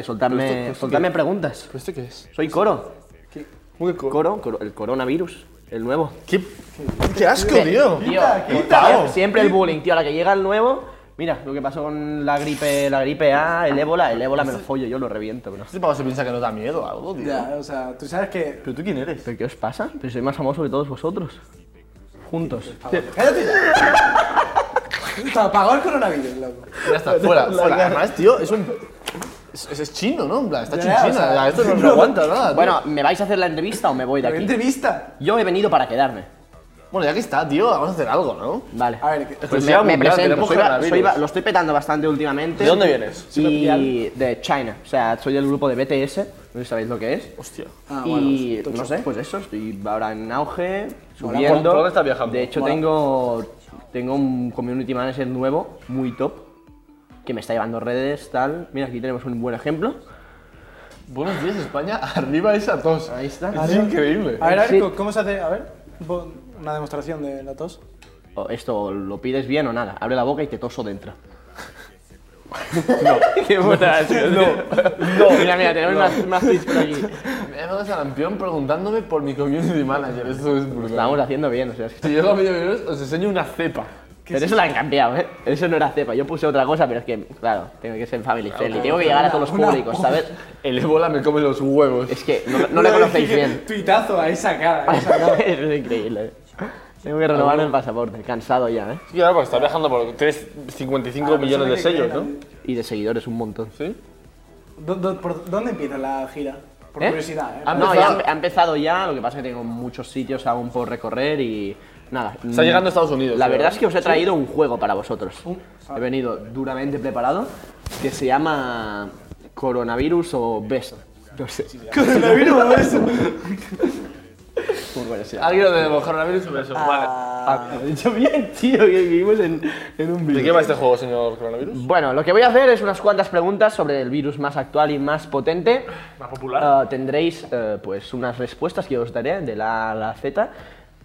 [SPEAKER 1] ¿Pero esto-
[SPEAKER 9] soltadme,
[SPEAKER 1] pero esto
[SPEAKER 9] soltadme
[SPEAKER 1] qué-
[SPEAKER 9] preguntas.
[SPEAKER 1] ¿Pero esto qué es?
[SPEAKER 9] Soy Coro.
[SPEAKER 5] ¿Qué?
[SPEAKER 1] coro?
[SPEAKER 9] coro- el coronavirus, el nuevo.
[SPEAKER 1] ¿Qué, asco, tío?
[SPEAKER 9] Tío,
[SPEAKER 1] Quita,
[SPEAKER 9] tío,
[SPEAKER 1] quita.
[SPEAKER 9] siempre el bullying, tío. A la que llega el nuevo, Mira, lo que pasó con la gripe, la gripe A, el ébola, el ébola me lo follo, yo lo reviento. Pero...
[SPEAKER 1] Este pavo se piensa que no da miedo o algo, tío.
[SPEAKER 5] Ya, o sea, tú sabes que.
[SPEAKER 1] ¿Pero tú quién eres?
[SPEAKER 9] ¿Pero qué os pasa? Pero soy más famoso que todos vosotros. Juntos.
[SPEAKER 5] ¡Cállate ya! Te apagó el coronavirus, loco.
[SPEAKER 1] Ya está, fuera, fuera. Además, tío, es un. Es, es chino, ¿no? En plan, está hecho en
[SPEAKER 9] Ya, o
[SPEAKER 1] China.
[SPEAKER 9] sea,
[SPEAKER 1] esto no, no aguanta nada. Ah, tío.
[SPEAKER 9] Bueno, ¿me vais a hacer la entrevista o me voy de aquí?
[SPEAKER 5] entrevista?
[SPEAKER 9] Yo he venido para quedarme.
[SPEAKER 1] Bueno, ya que está, tío, vamos a hacer algo, ¿no?
[SPEAKER 9] Vale.
[SPEAKER 5] A ver, que-
[SPEAKER 9] Pues
[SPEAKER 1] Exclusiva
[SPEAKER 9] me, me
[SPEAKER 1] mundial,
[SPEAKER 9] presento,
[SPEAKER 1] tenemos
[SPEAKER 9] soy va-
[SPEAKER 1] coronavirus.
[SPEAKER 9] soy va- lo estoy petando bastante últimamente.
[SPEAKER 1] ¿De dónde vienes?
[SPEAKER 9] Y de China, o sea, soy del grupo de BTS, no sé si sabéis lo que es.
[SPEAKER 1] Hostia.
[SPEAKER 5] Ah, bueno,
[SPEAKER 9] y
[SPEAKER 5] tocho.
[SPEAKER 9] no sé, pues eso, estoy ahora en auge,
[SPEAKER 1] Mola. ¿Por-
[SPEAKER 9] subiendo.
[SPEAKER 1] por dónde estás viajando?
[SPEAKER 9] De hecho,
[SPEAKER 1] Mola.
[SPEAKER 9] tengo, tengo un community manager nuevo, muy top, que me está llevando redes, tal. Mira, aquí tenemos un buen ejemplo.
[SPEAKER 1] Buenos días, España. Arriba esa tos. Ahí
[SPEAKER 9] está.
[SPEAKER 1] Es increíble.
[SPEAKER 5] A ver, a ver,
[SPEAKER 9] Sí.
[SPEAKER 5] co- ¿cómo se hace? A ver, un po- una demostración de la tos.
[SPEAKER 9] O Esto lo pides bien o nada, abre la boca y te toso dentro.
[SPEAKER 1] Qué buena, tío.
[SPEAKER 9] No, mira, mira, tenemos más, más tweets por aquí.
[SPEAKER 1] Me ha dado sarampión preguntándome por mi community manager. Eso es brutal.
[SPEAKER 9] Estamos haciendo bien, o sea, es que-
[SPEAKER 1] Si llego a medio minuto, os enseño una cepa.
[SPEAKER 9] Pero eso lo han cambiado, ¿eh? Eso no era cepa. Yo puse otra cosa, pero es que, claro, tengo que ser family friendly. Tengo que llegar a todos los
[SPEAKER 5] una
[SPEAKER 9] públicos, ¿sabes?
[SPEAKER 1] El ébola me come los huevos.
[SPEAKER 9] Es que no, no le conocéis bien.
[SPEAKER 5] Tuitazo ahí sacada, ahí sacada.
[SPEAKER 9] Eso es increíble. Tengo que renovar el pasaporte. Cansado ya, ¿eh?
[SPEAKER 1] Sí, claro, porque estás viajando por. Tienes 55 millones de sellos, ¿no?
[SPEAKER 9] Y de seguidores un montón.
[SPEAKER 1] Sí.
[SPEAKER 5] ¿Dó- dó- por- ¿Dónde empieza la gira? Por
[SPEAKER 9] ¿Eh?
[SPEAKER 5] curiosidad, ¿eh?
[SPEAKER 9] Ah, No, ya ha empezado ya. Lo que pasa es que tengo muchos sitios aún por recorrer y... Nada.
[SPEAKER 1] Está
[SPEAKER 9] mm,
[SPEAKER 1] llegando a Estados Unidos.
[SPEAKER 9] La
[SPEAKER 1] tío.
[SPEAKER 9] verdad es que os he traído un juego para vosotros. He venido duramente preparado, que se llama Coronavirus o Beso. No sé.
[SPEAKER 5] Coronavirus o beso.
[SPEAKER 9] Muy bueno, sí.
[SPEAKER 1] Alguien lo de coronavirus sobre eso. Vale.
[SPEAKER 9] Ah, Lo he dicho bien, tío, que vivimos en, en un
[SPEAKER 1] ¿De
[SPEAKER 9] virus.
[SPEAKER 1] qué va este juego, señor coronavirus?
[SPEAKER 9] Bueno, lo que voy a hacer es unas cuantas preguntas sobre el virus más actual y más potente.
[SPEAKER 1] Más popular.
[SPEAKER 9] Ah, tendréis eh, pues unas respuestas que os daré de la a la Z.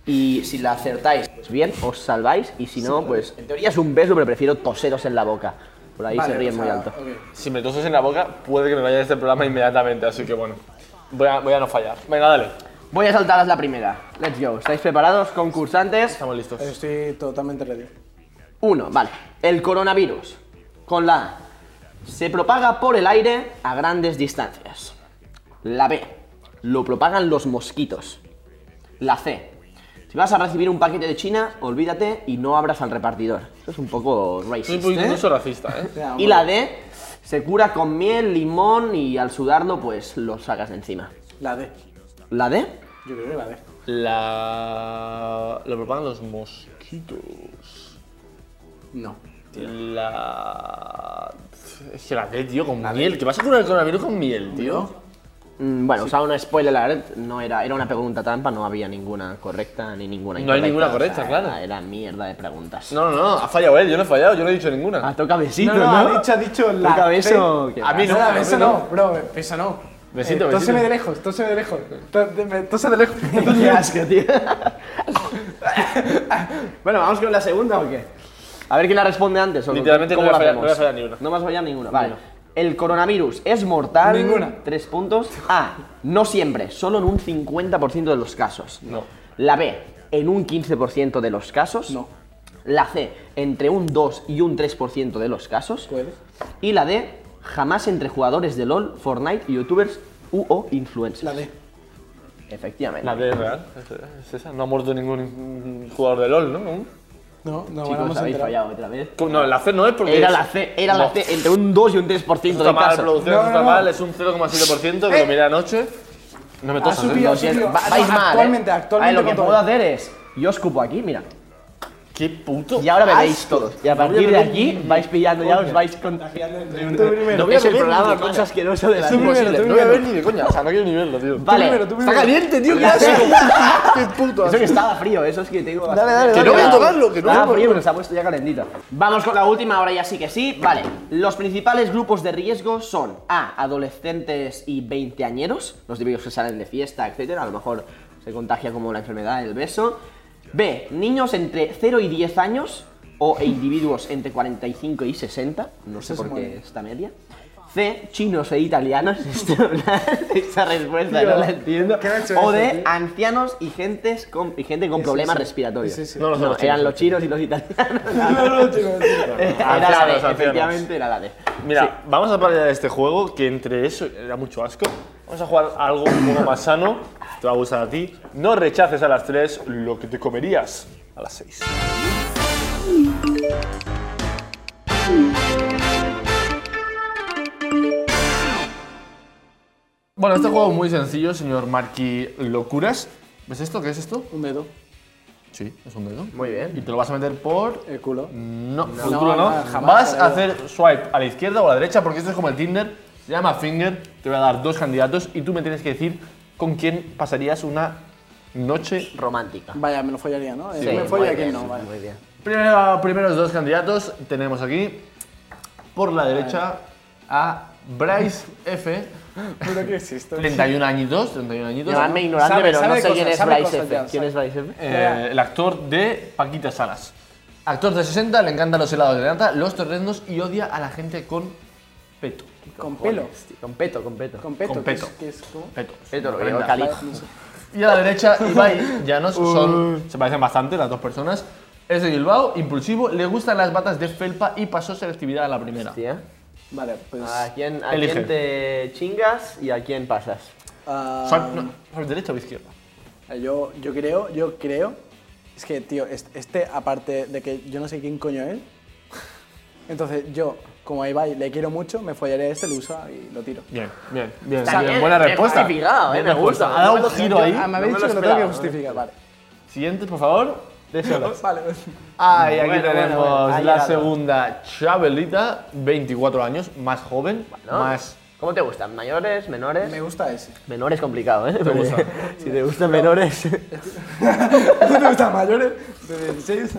[SPEAKER 9] Y si la acertáis, pues bien, os salváis. Y si no, pues en teoría es un beso, pero prefiero toseros en la boca. Por ahí
[SPEAKER 5] Vale,
[SPEAKER 9] se
[SPEAKER 5] o
[SPEAKER 9] ríen muy
[SPEAKER 5] sea,
[SPEAKER 9] alto.
[SPEAKER 5] ok.
[SPEAKER 1] Si me toses en la boca, puede que me vaya de este programa inmediatamente, así que bueno. Voy a, voy a no fallar. Venga, dale.
[SPEAKER 9] Voy a saltaros la primera. Let's go. ¿Estáis preparados, concursantes?
[SPEAKER 1] Estamos listos.
[SPEAKER 5] Estoy totalmente ready.
[SPEAKER 9] Uno, vale. El coronavirus. Con la A. Se propaga por el aire a grandes distancias. La B. Lo propagan los mosquitos. La C. Si vas a recibir un paquete de China, olvídate y no abras al repartidor. Esto es un poco
[SPEAKER 1] Soy un
[SPEAKER 9] racist,
[SPEAKER 1] poquito
[SPEAKER 9] ¿eh?
[SPEAKER 1] pues incluso racista, ¿eh?
[SPEAKER 5] Ya,
[SPEAKER 9] Y la D. Se cura con miel, limón y al sudarlo, pues lo sacas de encima.
[SPEAKER 5] La D.
[SPEAKER 9] La D.
[SPEAKER 5] Yo creo que la D.
[SPEAKER 1] La... Lo propagan los mosquitos.
[SPEAKER 5] No.
[SPEAKER 1] La... Es que la D, tío, con miel. ¿Qué vas a curar el coronavirus con miel, tío?
[SPEAKER 9] Mm, Bueno, usaba una spoiler alert, no era, era una pregunta trampa, no había ninguna correcta ni ninguna
[SPEAKER 1] No hay
[SPEAKER 9] incorrecta.
[SPEAKER 1] ninguna
[SPEAKER 9] o sea,
[SPEAKER 1] correcta, claro.
[SPEAKER 9] Era, era mierda de preguntas.
[SPEAKER 1] No, no, no. Ha fallado él. Yo no he fallado. Yo no he dicho ninguna.
[SPEAKER 9] Ah, toca besito, ¿no?
[SPEAKER 5] ha dicho, ha dicho la
[SPEAKER 9] Toca
[SPEAKER 5] C.
[SPEAKER 9] beso. ¿qué Ah,
[SPEAKER 1] A mí
[SPEAKER 9] pasa?
[SPEAKER 1] no,
[SPEAKER 5] No,
[SPEAKER 1] a mí
[SPEAKER 5] beso
[SPEAKER 1] no.
[SPEAKER 5] no, bro, beso no.
[SPEAKER 1] Besito, besito.
[SPEAKER 5] Tóseme de lejos, tóseme de lejos. To- de- me- Tóse de lejos.
[SPEAKER 9] Qué asco, tío. bueno, vamos con la segunda o qué? A ver quién la responde antes. o
[SPEAKER 1] Literalmente
[SPEAKER 9] ¿cómo
[SPEAKER 1] no voy a fallar-
[SPEAKER 9] la
[SPEAKER 1] no voy a
[SPEAKER 9] hacemos?
[SPEAKER 1] fallar ni una.
[SPEAKER 9] No vas a fallar ninguna. Vale. El coronavirus es mortal.
[SPEAKER 5] Ninguna.
[SPEAKER 9] Tres puntos. A. No siempre, solo en un 50% de los casos.
[SPEAKER 1] No.
[SPEAKER 9] La B. En un 15% de los casos.
[SPEAKER 5] No.
[SPEAKER 9] La C. Entre un 2 y un 3% de los casos.
[SPEAKER 5] Puede.
[SPEAKER 9] Y la D. Jamás entre jugadores de LOL, Fortnite, youtubers u o influencers.
[SPEAKER 5] La D.
[SPEAKER 9] Efectivamente.
[SPEAKER 1] La D es real. Es- Es esa. No ha muerto ningún jugador de LOL, ¿no? Aún.
[SPEAKER 5] No, no,
[SPEAKER 9] Chicos,
[SPEAKER 5] ahora hemos
[SPEAKER 9] habéis
[SPEAKER 5] enterado.
[SPEAKER 9] fallado otra vez.
[SPEAKER 1] ¿Cómo? No, la C no es porque...
[SPEAKER 9] Era
[SPEAKER 1] es-
[SPEAKER 9] la C, era la
[SPEAKER 1] No.
[SPEAKER 9] C, entre un 2 y un 3%
[SPEAKER 1] Esto
[SPEAKER 9] de
[SPEAKER 1] está mal,
[SPEAKER 9] casos.
[SPEAKER 1] producción, esto
[SPEAKER 5] No, no,
[SPEAKER 1] está
[SPEAKER 5] no. Eh.
[SPEAKER 1] mal, es un 0,7%, que lo miré anoche. No me
[SPEAKER 5] Ha
[SPEAKER 1] tosas, ¿eh?
[SPEAKER 5] subido, ha
[SPEAKER 9] Lo siento,
[SPEAKER 5] subido.
[SPEAKER 9] va- vais mal, ¿eh?
[SPEAKER 5] Actualmente,
[SPEAKER 9] A ver,
[SPEAKER 5] actualmente.
[SPEAKER 9] lo que
[SPEAKER 5] con todo.
[SPEAKER 9] puedo hacer es, yo escupo aquí, mira,
[SPEAKER 1] Qué puto.
[SPEAKER 9] y ahora bebéis
[SPEAKER 1] asco.
[SPEAKER 9] todos. Y a
[SPEAKER 1] No voy
[SPEAKER 9] partir de
[SPEAKER 1] beber
[SPEAKER 9] aquí
[SPEAKER 1] ni-
[SPEAKER 9] vais pillando ya, os vais contagiando. entre uno-
[SPEAKER 5] primero.
[SPEAKER 9] Es el
[SPEAKER 1] Tú
[SPEAKER 9] programa
[SPEAKER 1] primero,
[SPEAKER 9] más asqueroso de la
[SPEAKER 1] Es imposible,
[SPEAKER 9] vida.
[SPEAKER 1] no voy a ver ni de coña. O sea, no quiero ni verlo, tío.
[SPEAKER 9] Vale.
[SPEAKER 1] Está caliente, tío, qué
[SPEAKER 9] La
[SPEAKER 1] asco.
[SPEAKER 9] C.
[SPEAKER 1] Qué puto
[SPEAKER 9] Eso
[SPEAKER 1] asco.
[SPEAKER 9] que estaba frío, eso es que tengo
[SPEAKER 5] dale, dale,
[SPEAKER 1] Que no voy a tocarlo, que no voy a
[SPEAKER 9] Estaba frío,
[SPEAKER 1] tocarlo.
[SPEAKER 9] pero se pues ha puesto ya calentito. Vamos con la última, ahora ya sí que sí. Vale, los principales grupos de riesgo son A, adolescentes y veinteañeros, los típicos que salen de fiesta, etcétera, a lo mejor se contagia como la enfermedad, el beso. B, niños entre 0 y 10 años o e individuos entre 45 y 60, no sé
[SPEAKER 5] Eso
[SPEAKER 9] por
[SPEAKER 5] es muy
[SPEAKER 9] qué
[SPEAKER 5] bien.
[SPEAKER 9] esta media. C, chinos e italianos. Esto, esa respuesta
[SPEAKER 3] Tío,
[SPEAKER 9] no la entiendo.
[SPEAKER 3] ¿qué ha hecho eso,
[SPEAKER 9] o de
[SPEAKER 3] tío?
[SPEAKER 9] ancianos y, gentes con, y gente con
[SPEAKER 3] Sí, sí,
[SPEAKER 9] problemas
[SPEAKER 3] sí.
[SPEAKER 9] respiratorios.
[SPEAKER 3] Sí, sí. No, no son los
[SPEAKER 9] eran
[SPEAKER 3] chinos.
[SPEAKER 9] los chinos y los italianos. Era la
[SPEAKER 1] Ancianos,
[SPEAKER 9] D,
[SPEAKER 1] ancianos.
[SPEAKER 9] efectivamente era la D.
[SPEAKER 1] Mira, vamos a parar de este juego, que entre eso era mucho asco. Vamos a jugar algo un poco más sano, te va a gustar a ti. No rechaces a las 3 lo que te comerías a las 6. Bueno, este juego es muy sencillo, señor Marky Locuras. ¿Ves esto? ¿Qué es esto?
[SPEAKER 5] Un dedo.
[SPEAKER 1] Sí, es un dedo.
[SPEAKER 9] Muy bien.
[SPEAKER 1] Y te lo vas a meter por.
[SPEAKER 5] El culo.
[SPEAKER 1] No,
[SPEAKER 5] No,
[SPEAKER 1] por el culo no.
[SPEAKER 5] no,
[SPEAKER 1] vas
[SPEAKER 5] jamás por el
[SPEAKER 1] a
[SPEAKER 5] dedo.
[SPEAKER 1] hacer swipe a la izquierda o a la derecha porque esto es como el Tinder. Se llama Finger. Te voy a dar dos candidatos y tú me tienes que decir con quién pasarías una noche
[SPEAKER 9] romántica.
[SPEAKER 5] Vaya, me lo follaría, ¿no? Eh,
[SPEAKER 1] Sí,
[SPEAKER 5] me folla
[SPEAKER 1] muy
[SPEAKER 5] aquí,
[SPEAKER 1] bien,
[SPEAKER 5] no,
[SPEAKER 1] sí,
[SPEAKER 5] vale.
[SPEAKER 9] Muy bien.
[SPEAKER 1] Primero, primeros dos candidatos tenemos aquí por la derecha a Bryce F.
[SPEAKER 5] Juro que existe.
[SPEAKER 1] 31 añitos, 31 añitos.
[SPEAKER 9] Llamadme ignorante,
[SPEAKER 5] Sabe-
[SPEAKER 9] pero no
[SPEAKER 5] sabe
[SPEAKER 9] sé quién
[SPEAKER 5] cosas,
[SPEAKER 9] es
[SPEAKER 5] sabe
[SPEAKER 9] Bryce
[SPEAKER 5] cosas
[SPEAKER 9] F.
[SPEAKER 5] ya,
[SPEAKER 9] ¿Quién
[SPEAKER 5] sabe.
[SPEAKER 9] es Bryce F?
[SPEAKER 1] Eh, el actor de Paquita Salas. Actor de 60, le encantan los helados de nata, los torrendos y odia a la gente con peto.
[SPEAKER 5] Con pelo.
[SPEAKER 9] Con peto, con peto.
[SPEAKER 5] Con peto.
[SPEAKER 1] Con
[SPEAKER 5] que es-
[SPEAKER 1] peto.
[SPEAKER 5] que es como-
[SPEAKER 1] Peto.
[SPEAKER 9] Peto lo veo,
[SPEAKER 1] Prenda.
[SPEAKER 9] calijo.
[SPEAKER 1] Y a la derecha, Ibai Llanos son, se parecen bastante las dos personas. Es de Bilbao, impulsivo, le gustan las batas de felpa y pasó selectividad a la primera.
[SPEAKER 5] Vale, pues.
[SPEAKER 9] eh? ¿A quién, a
[SPEAKER 1] Elige.
[SPEAKER 9] quién te chingas y a quién pasas?
[SPEAKER 5] ah,
[SPEAKER 1] Swipe- no, swipe derecha o izquierda?
[SPEAKER 5] Yo, yo creo, yo creo. Es que, tío, es- este, aparte de que yo no sé quién coño es. Entonces, yo, como a Ibai le quiero mucho, me follaré a este, lo uso y lo tiro.
[SPEAKER 1] Bien, bien, bien,
[SPEAKER 5] Está
[SPEAKER 1] bien,
[SPEAKER 5] bien,
[SPEAKER 1] buena
[SPEAKER 5] bien
[SPEAKER 1] respuesta.
[SPEAKER 5] justificado, eh,
[SPEAKER 1] Bien
[SPEAKER 5] me
[SPEAKER 1] respuesta.
[SPEAKER 5] gusta.
[SPEAKER 1] Ha dado
[SPEAKER 5] No
[SPEAKER 1] un
[SPEAKER 5] me lo-
[SPEAKER 1] giro
[SPEAKER 5] yo-
[SPEAKER 1] ahí.
[SPEAKER 5] ah, me habéis
[SPEAKER 1] No
[SPEAKER 5] dicho
[SPEAKER 1] lo
[SPEAKER 5] que lo tengo que
[SPEAKER 1] esperaba.
[SPEAKER 5] justificar, vale.
[SPEAKER 1] Siguiente, por favor. De solas.
[SPEAKER 5] Vale. pues,
[SPEAKER 1] Ay, aquí
[SPEAKER 5] Bueno, bueno,
[SPEAKER 1] tenemos
[SPEAKER 5] bueno, ha
[SPEAKER 1] la
[SPEAKER 5] llegado.
[SPEAKER 1] segunda Chabelita, 24 años, más joven,
[SPEAKER 9] ¿No?
[SPEAKER 1] más.
[SPEAKER 9] ¿Cómo te gustan? ¿Mayores? ¿Menores? Me
[SPEAKER 5] gusta ese.
[SPEAKER 9] Menores complicado, ¿eh?
[SPEAKER 1] Te gusta.
[SPEAKER 9] si te gustan menores.
[SPEAKER 5] ¿No te gustan mayores? ¿De 16?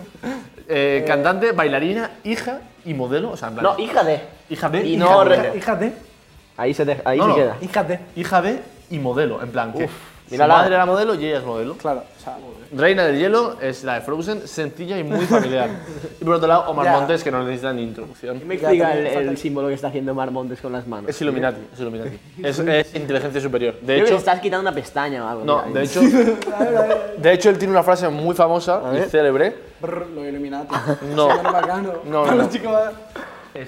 [SPEAKER 1] Eh, cantante, bailarina, hija y modelo. O sea, en plan-
[SPEAKER 9] No, hija de.
[SPEAKER 1] Hija de.
[SPEAKER 9] Y
[SPEAKER 1] hija
[SPEAKER 9] no
[SPEAKER 1] de.
[SPEAKER 9] re-
[SPEAKER 5] Hija de.
[SPEAKER 9] Ahí se, te- ahí
[SPEAKER 1] No,
[SPEAKER 9] se
[SPEAKER 1] no.
[SPEAKER 9] queda.
[SPEAKER 5] Hija de.
[SPEAKER 1] Hija de y modelo. En plan, que
[SPEAKER 9] Uf,
[SPEAKER 1] su
[SPEAKER 9] mírala.
[SPEAKER 1] madre era modelo y ella es modelo.
[SPEAKER 5] Claro, o sea.
[SPEAKER 1] Reina del hielo es la de Frozen, sencilla y muy familiar. y por otro lado, Omar
[SPEAKER 9] Ya.
[SPEAKER 1] Montes, que no necesita ni introducción.
[SPEAKER 9] Me explica el, el símbolo que está haciendo Mar Montes con las manos.
[SPEAKER 1] Es Illuminati, es Illuminati. Es, es inteligencia superior. De
[SPEAKER 9] Creo que
[SPEAKER 1] hecho,
[SPEAKER 9] te estás quitando una pestaña o algo.
[SPEAKER 1] No, de
[SPEAKER 9] mira, ahí.
[SPEAKER 1] hecho, de hecho él tiene una frase muy famosa y
[SPEAKER 9] ver.
[SPEAKER 1] célebre.
[SPEAKER 5] Brr, lo iluminati.
[SPEAKER 1] No.
[SPEAKER 5] Suena bacano.
[SPEAKER 1] No,
[SPEAKER 5] Para
[SPEAKER 1] no.
[SPEAKER 5] los chicos va-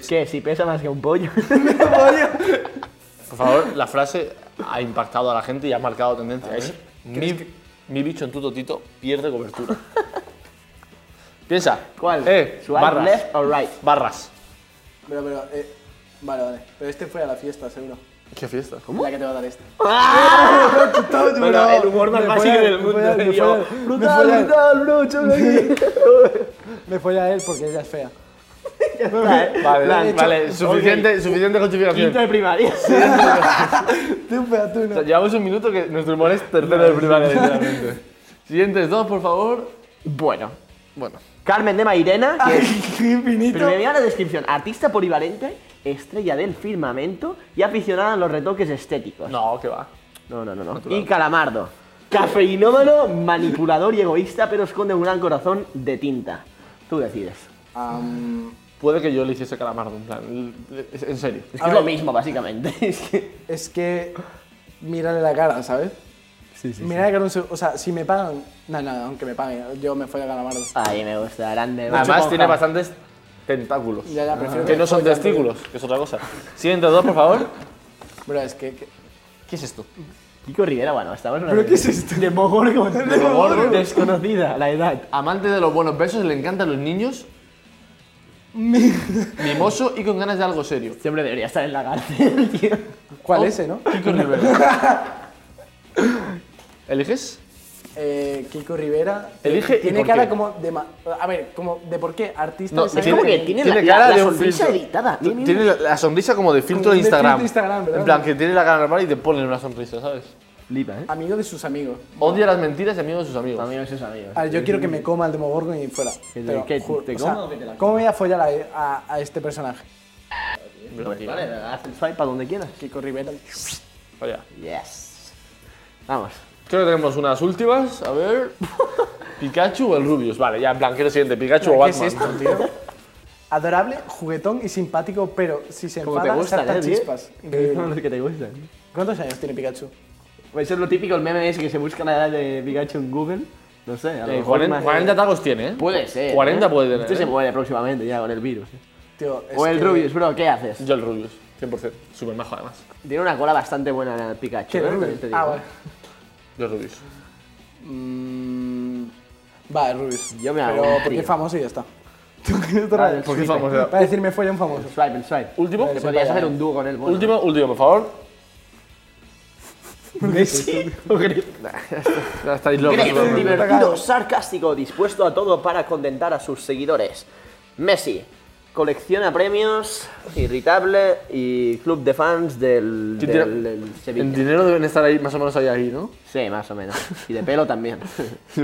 [SPEAKER 9] ¿Qué? Si pesa más que un pollo.
[SPEAKER 1] Por favor, la frase ha impactado a la gente y ha marcado tendencia. Es mi, mi bicho en tu totito pierde cobertura. Piensa.
[SPEAKER 9] ¿Cuál?
[SPEAKER 1] Eh,
[SPEAKER 9] Swipe
[SPEAKER 1] barras.
[SPEAKER 9] left or right.
[SPEAKER 1] Barras.
[SPEAKER 5] Pero, pero, eh, vale, vale. Pero este fue a la fiesta, seguro.
[SPEAKER 1] ¿Qué fiesta?
[SPEAKER 5] La que te va a dar este.
[SPEAKER 9] Bueno, el humor más básico del mundo.
[SPEAKER 5] Me
[SPEAKER 9] tío.
[SPEAKER 5] folla-
[SPEAKER 9] Brutal,
[SPEAKER 5] me folla-
[SPEAKER 9] brutal, bro, chaval.
[SPEAKER 5] Me folla a él porque ella es fea.
[SPEAKER 1] Vale,
[SPEAKER 5] Lo he hecho.
[SPEAKER 1] vale, suficiente, suficiente justificación.
[SPEAKER 9] Quinto de primaria.
[SPEAKER 5] Tú, fea, tú
[SPEAKER 1] O
[SPEAKER 5] no.
[SPEAKER 1] sea, llevamos un minuto que nuestro humor es tercero de primaria, literalmente. Siguientes dos, por favor.
[SPEAKER 9] Bueno.
[SPEAKER 1] Bueno.
[SPEAKER 9] Carmen de Mairena, que es
[SPEAKER 5] Qué infinito.
[SPEAKER 9] Pero me mira la descripción. Artista polivalente, estrella del firmamento y aficionada a los retoques estéticos.
[SPEAKER 1] No, que va.
[SPEAKER 9] No, no, no. no. Y Calamardo. Cafeinómano, manipulador y egoísta, pero esconde un gran corazón de tinta. Tú decides.
[SPEAKER 5] Am,
[SPEAKER 1] Puede que yo le hiciese calamardo, en plan. le- le- En serio.
[SPEAKER 9] Es
[SPEAKER 5] A
[SPEAKER 9] que es lo
[SPEAKER 5] ver.
[SPEAKER 9] mismo, básicamente. Es que-
[SPEAKER 5] es que mírale la cara, ¿sabes?
[SPEAKER 9] Sí,
[SPEAKER 5] Mírale la cara un seg- O sea, si me pagan... No, no, aunque me paguen. Yo me follo a Calamardo.
[SPEAKER 9] Ay, me gusta, grande.
[SPEAKER 1] Además,
[SPEAKER 9] Mucho
[SPEAKER 1] tiene
[SPEAKER 9] monja.
[SPEAKER 1] bastantes tentáculos.
[SPEAKER 5] Ya, ya, prefiero
[SPEAKER 1] Ah. Que no son
[SPEAKER 5] follan, tío.
[SPEAKER 1] testículos, que es otra cosa. Siguiente dos, por favor.
[SPEAKER 5] Bro, es que... que-
[SPEAKER 1] ¿Qué es esto?
[SPEAKER 9] Kiko Rivera, bueno, estamos... en una-
[SPEAKER 5] ¿Pero qué es esto?
[SPEAKER 9] De Mogor con-
[SPEAKER 1] Mogor.
[SPEAKER 9] Desconocida, la edad.
[SPEAKER 1] Amante de los buenos besos, le encantan los niños. Mimoso y con ganas de algo serio.
[SPEAKER 9] Siempre debería estar en la cárcel, tío.
[SPEAKER 5] ¿Cuál ese, no?
[SPEAKER 1] Kiko Rivera. ¿Eliges?
[SPEAKER 5] Eh, Kiko Rivera.
[SPEAKER 1] Elige y
[SPEAKER 5] Tiene
[SPEAKER 1] por
[SPEAKER 5] cara
[SPEAKER 1] qué.
[SPEAKER 5] como de. ma- A ver, como de por qué artista.
[SPEAKER 1] No,
[SPEAKER 5] de
[SPEAKER 9] Es
[SPEAKER 1] Tiene-
[SPEAKER 9] como que tiene, la-
[SPEAKER 1] tiene
[SPEAKER 9] la,
[SPEAKER 1] cara
[SPEAKER 9] la
[SPEAKER 1] de un
[SPEAKER 9] sonrisa
[SPEAKER 1] filtro.
[SPEAKER 9] editada. Mira, mira,
[SPEAKER 1] Tiene la, la sonrisa como de filtro
[SPEAKER 5] Como
[SPEAKER 1] de
[SPEAKER 5] de filtro
[SPEAKER 1] Instagram.
[SPEAKER 5] de Instagram, ¿verdad?
[SPEAKER 1] en plan, que tiene la cara normal y te ponen una sonrisa, ¿sabes?
[SPEAKER 9] Flipa, ¿eh?
[SPEAKER 5] Amigo de sus amigos.
[SPEAKER 1] Odia las mentiras y amigo de sus amigos.
[SPEAKER 9] Amigos es amigos.
[SPEAKER 5] A ver, yo quiero que me coma el Demogorgon y fuera.
[SPEAKER 9] ¿Que te-
[SPEAKER 5] Pero,
[SPEAKER 9] que te
[SPEAKER 5] ju- o
[SPEAKER 9] coma
[SPEAKER 5] sea,
[SPEAKER 9] o que te la
[SPEAKER 5] ¿Cómo voy a follar a, a- a este personaje?
[SPEAKER 1] Pero, tío,
[SPEAKER 9] Vale, haz el swipe para donde quieras.
[SPEAKER 5] Kiko Rivera.
[SPEAKER 1] vaya.
[SPEAKER 9] Yes. Vamos.
[SPEAKER 1] Creo que tenemos unas últimas. A ver. ¿Pikachu o el Rubius? Vale, ya, en plan, ¿qué es el siguiente? ¿Pikachu o
[SPEAKER 5] ¿Qué es
[SPEAKER 1] Batman?
[SPEAKER 5] esto, tío? adorable, juguetón y simpático, pero si se
[SPEAKER 9] Como te
[SPEAKER 5] enfada,
[SPEAKER 9] gusta,
[SPEAKER 5] saltan
[SPEAKER 9] ¿eh, tío?
[SPEAKER 5] chispas.
[SPEAKER 9] Que son los que te gustan.
[SPEAKER 5] ¿Cuántos años tiene Pikachu?
[SPEAKER 9] Eso es lo típico, el meme ese que se busca la edad de Pikachu en Google. No sé, a lo
[SPEAKER 1] Eh,
[SPEAKER 9] mejor
[SPEAKER 1] 40
[SPEAKER 9] más-
[SPEAKER 1] 40 tacos tiene, ¿eh?
[SPEAKER 9] Puede ser.
[SPEAKER 1] 40
[SPEAKER 9] ¿eh?
[SPEAKER 1] puede tener.
[SPEAKER 9] Este se
[SPEAKER 1] ¿eh?
[SPEAKER 9] muere próximamente ya con el virus. ¿eh?
[SPEAKER 5] Tío,
[SPEAKER 9] O el
[SPEAKER 1] Rubius,
[SPEAKER 9] Rubius, bro, ¿qué haces?
[SPEAKER 1] Yo el Rubius, 100%. Súper majo, además.
[SPEAKER 9] Tiene una cola bastante buena el Pikachu.
[SPEAKER 5] ¿Qué
[SPEAKER 9] ¿eh?
[SPEAKER 5] Rubius?
[SPEAKER 9] También te digo.
[SPEAKER 5] Ah, vale.
[SPEAKER 1] Yo el Rubius.
[SPEAKER 5] Mm, Va, el Rubius.
[SPEAKER 9] Yo me hago
[SPEAKER 5] Pero
[SPEAKER 9] un
[SPEAKER 5] porque
[SPEAKER 9] frío. Ah,
[SPEAKER 5] es famoso y ya está. ¿Tú qué te
[SPEAKER 9] Vale,
[SPEAKER 5] rayas?
[SPEAKER 1] porque es famoso.
[SPEAKER 5] Para decirme fue un famoso.
[SPEAKER 9] Swipe, el swipe.
[SPEAKER 1] Último.
[SPEAKER 9] Te podrías hacer un dúo con él. bueno.
[SPEAKER 1] Último, último, por favor.
[SPEAKER 5] ¿Messi?
[SPEAKER 1] Ya estáis locos.
[SPEAKER 9] Greg,
[SPEAKER 1] vosotros.
[SPEAKER 9] divertido, sarcástico, dispuesto a todo para contentar a sus seguidores. Messi, colecciona premios, irritable y club de fans del,
[SPEAKER 1] ¿Quién tira-
[SPEAKER 9] del- del Sevilla.
[SPEAKER 1] En dinero deben estar ahí, más o menos ahí, ahí ¿no?
[SPEAKER 9] Sí, más o menos. Y de pelo también.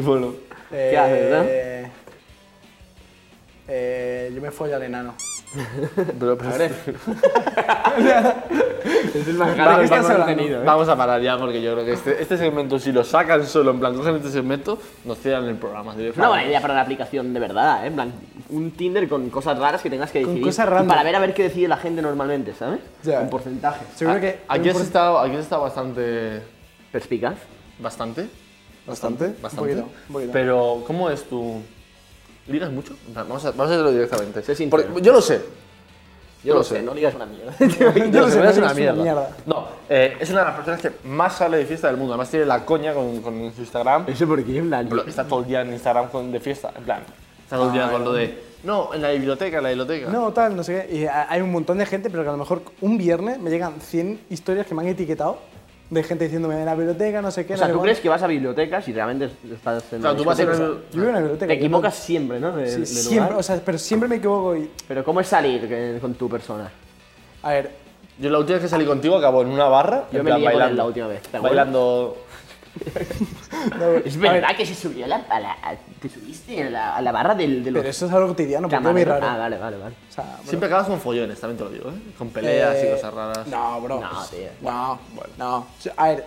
[SPEAKER 1] bueno.
[SPEAKER 9] ¿Qué haces, no?
[SPEAKER 5] Eh, eh, yo me follo al enano.
[SPEAKER 1] Pero, pues, pero-
[SPEAKER 9] Ahora- es el
[SPEAKER 1] Vamos-
[SPEAKER 9] más caro que
[SPEAKER 1] vamos-
[SPEAKER 9] hemos tenido. ¿eh?
[SPEAKER 1] Vamos a parar ya porque yo creo que este, este segmento, si lo sacan solo, en plan, cogen este segmento, nos cierran el programa.
[SPEAKER 9] Es una buena
[SPEAKER 1] Ah,
[SPEAKER 9] idea para la aplicación de verdad, ¿eh? En plan, un Tinder con cosas raras que tengas que
[SPEAKER 5] Con
[SPEAKER 9] decidir.
[SPEAKER 5] cosas
[SPEAKER 9] Y
[SPEAKER 5] random.
[SPEAKER 9] Para ver a ver qué decide la gente normalmente, ¿sabes?
[SPEAKER 5] Ya.
[SPEAKER 9] Un porcentaje.
[SPEAKER 5] Seguro que.
[SPEAKER 1] Aquí has estado, aquí has estado bastante.
[SPEAKER 9] Perspicaz.
[SPEAKER 1] Bastante.
[SPEAKER 5] Bastante.
[SPEAKER 1] Bastante.
[SPEAKER 5] Un poquito, un poquito.
[SPEAKER 1] Pero, ¿cómo es tu. ¿Ligas mucho? En plan, Vamos a, vamos a hacerlo directamente.
[SPEAKER 9] Sé sincero.
[SPEAKER 1] Porque yo lo sé.
[SPEAKER 9] Yo
[SPEAKER 1] lo
[SPEAKER 9] lo sé,
[SPEAKER 1] sé.
[SPEAKER 9] no digas una mierda.
[SPEAKER 1] Yo lo sé,
[SPEAKER 5] no
[SPEAKER 1] es una
[SPEAKER 5] eres
[SPEAKER 1] mierda.
[SPEAKER 5] una mierda.
[SPEAKER 1] No, eh, es una de las personas que más sale de fiesta del mundo. Además, tiene la coña con, con su Instagram.
[SPEAKER 9] Eso porque en plan.
[SPEAKER 1] Bro, Está todo el día en Instagram con- de fiesta. En plan, está todo el
[SPEAKER 9] Ah,
[SPEAKER 1] día con lo de. No, en la biblioteca, en la
[SPEAKER 9] este.
[SPEAKER 1] biblioteca.
[SPEAKER 5] No, tal, no sé qué. Y a- hay un montón de gente, pero que a lo mejor un viernes me llegan 100 historias que me han etiquetado de gente diciéndome en la biblioteca, no sé qué.
[SPEAKER 9] O sea,
[SPEAKER 5] no sé
[SPEAKER 9] ¿tú
[SPEAKER 5] cuánto".
[SPEAKER 9] crees que vas a bibliotecas y realmente estás en
[SPEAKER 1] Claro,
[SPEAKER 9] una
[SPEAKER 1] tú vas a ir a
[SPEAKER 9] discoteca?
[SPEAKER 1] una
[SPEAKER 5] Yo vivo en la biblioteca.
[SPEAKER 9] Te
[SPEAKER 5] yo no-
[SPEAKER 9] equivocas siempre, ¿no? De,
[SPEAKER 5] Sí,
[SPEAKER 9] de
[SPEAKER 5] siempre,
[SPEAKER 9] lugar.
[SPEAKER 5] o sea, pero siempre me equivoco y.
[SPEAKER 9] Pero ¿cómo es salir que- con tu persona?
[SPEAKER 5] A ver,
[SPEAKER 1] Yo la última vez que salí contigo acabó en una barra.
[SPEAKER 9] Yo
[SPEAKER 1] en
[SPEAKER 9] me
[SPEAKER 1] plan,
[SPEAKER 9] lié con él
[SPEAKER 1] bailando.
[SPEAKER 9] la última vez. ¿te acuerdas?
[SPEAKER 1] Bailando.
[SPEAKER 5] no,
[SPEAKER 9] Es
[SPEAKER 5] Eh, a ver,
[SPEAKER 9] verdad que se subió a la, a la- a- te subiste a la, a la barra del, de los
[SPEAKER 5] Pero eso es algo cotidiano, porque es muy
[SPEAKER 9] camareros.
[SPEAKER 5] raro.
[SPEAKER 9] Ah, vale, vale, vale.
[SPEAKER 5] O sea,
[SPEAKER 1] Siempre acabas con follones, también te lo digo, ¿eh? Con peleas y
[SPEAKER 5] Eh,
[SPEAKER 1] cosas raras.
[SPEAKER 5] No, bro.
[SPEAKER 9] No, tío.
[SPEAKER 5] No, no. O sea, A ver,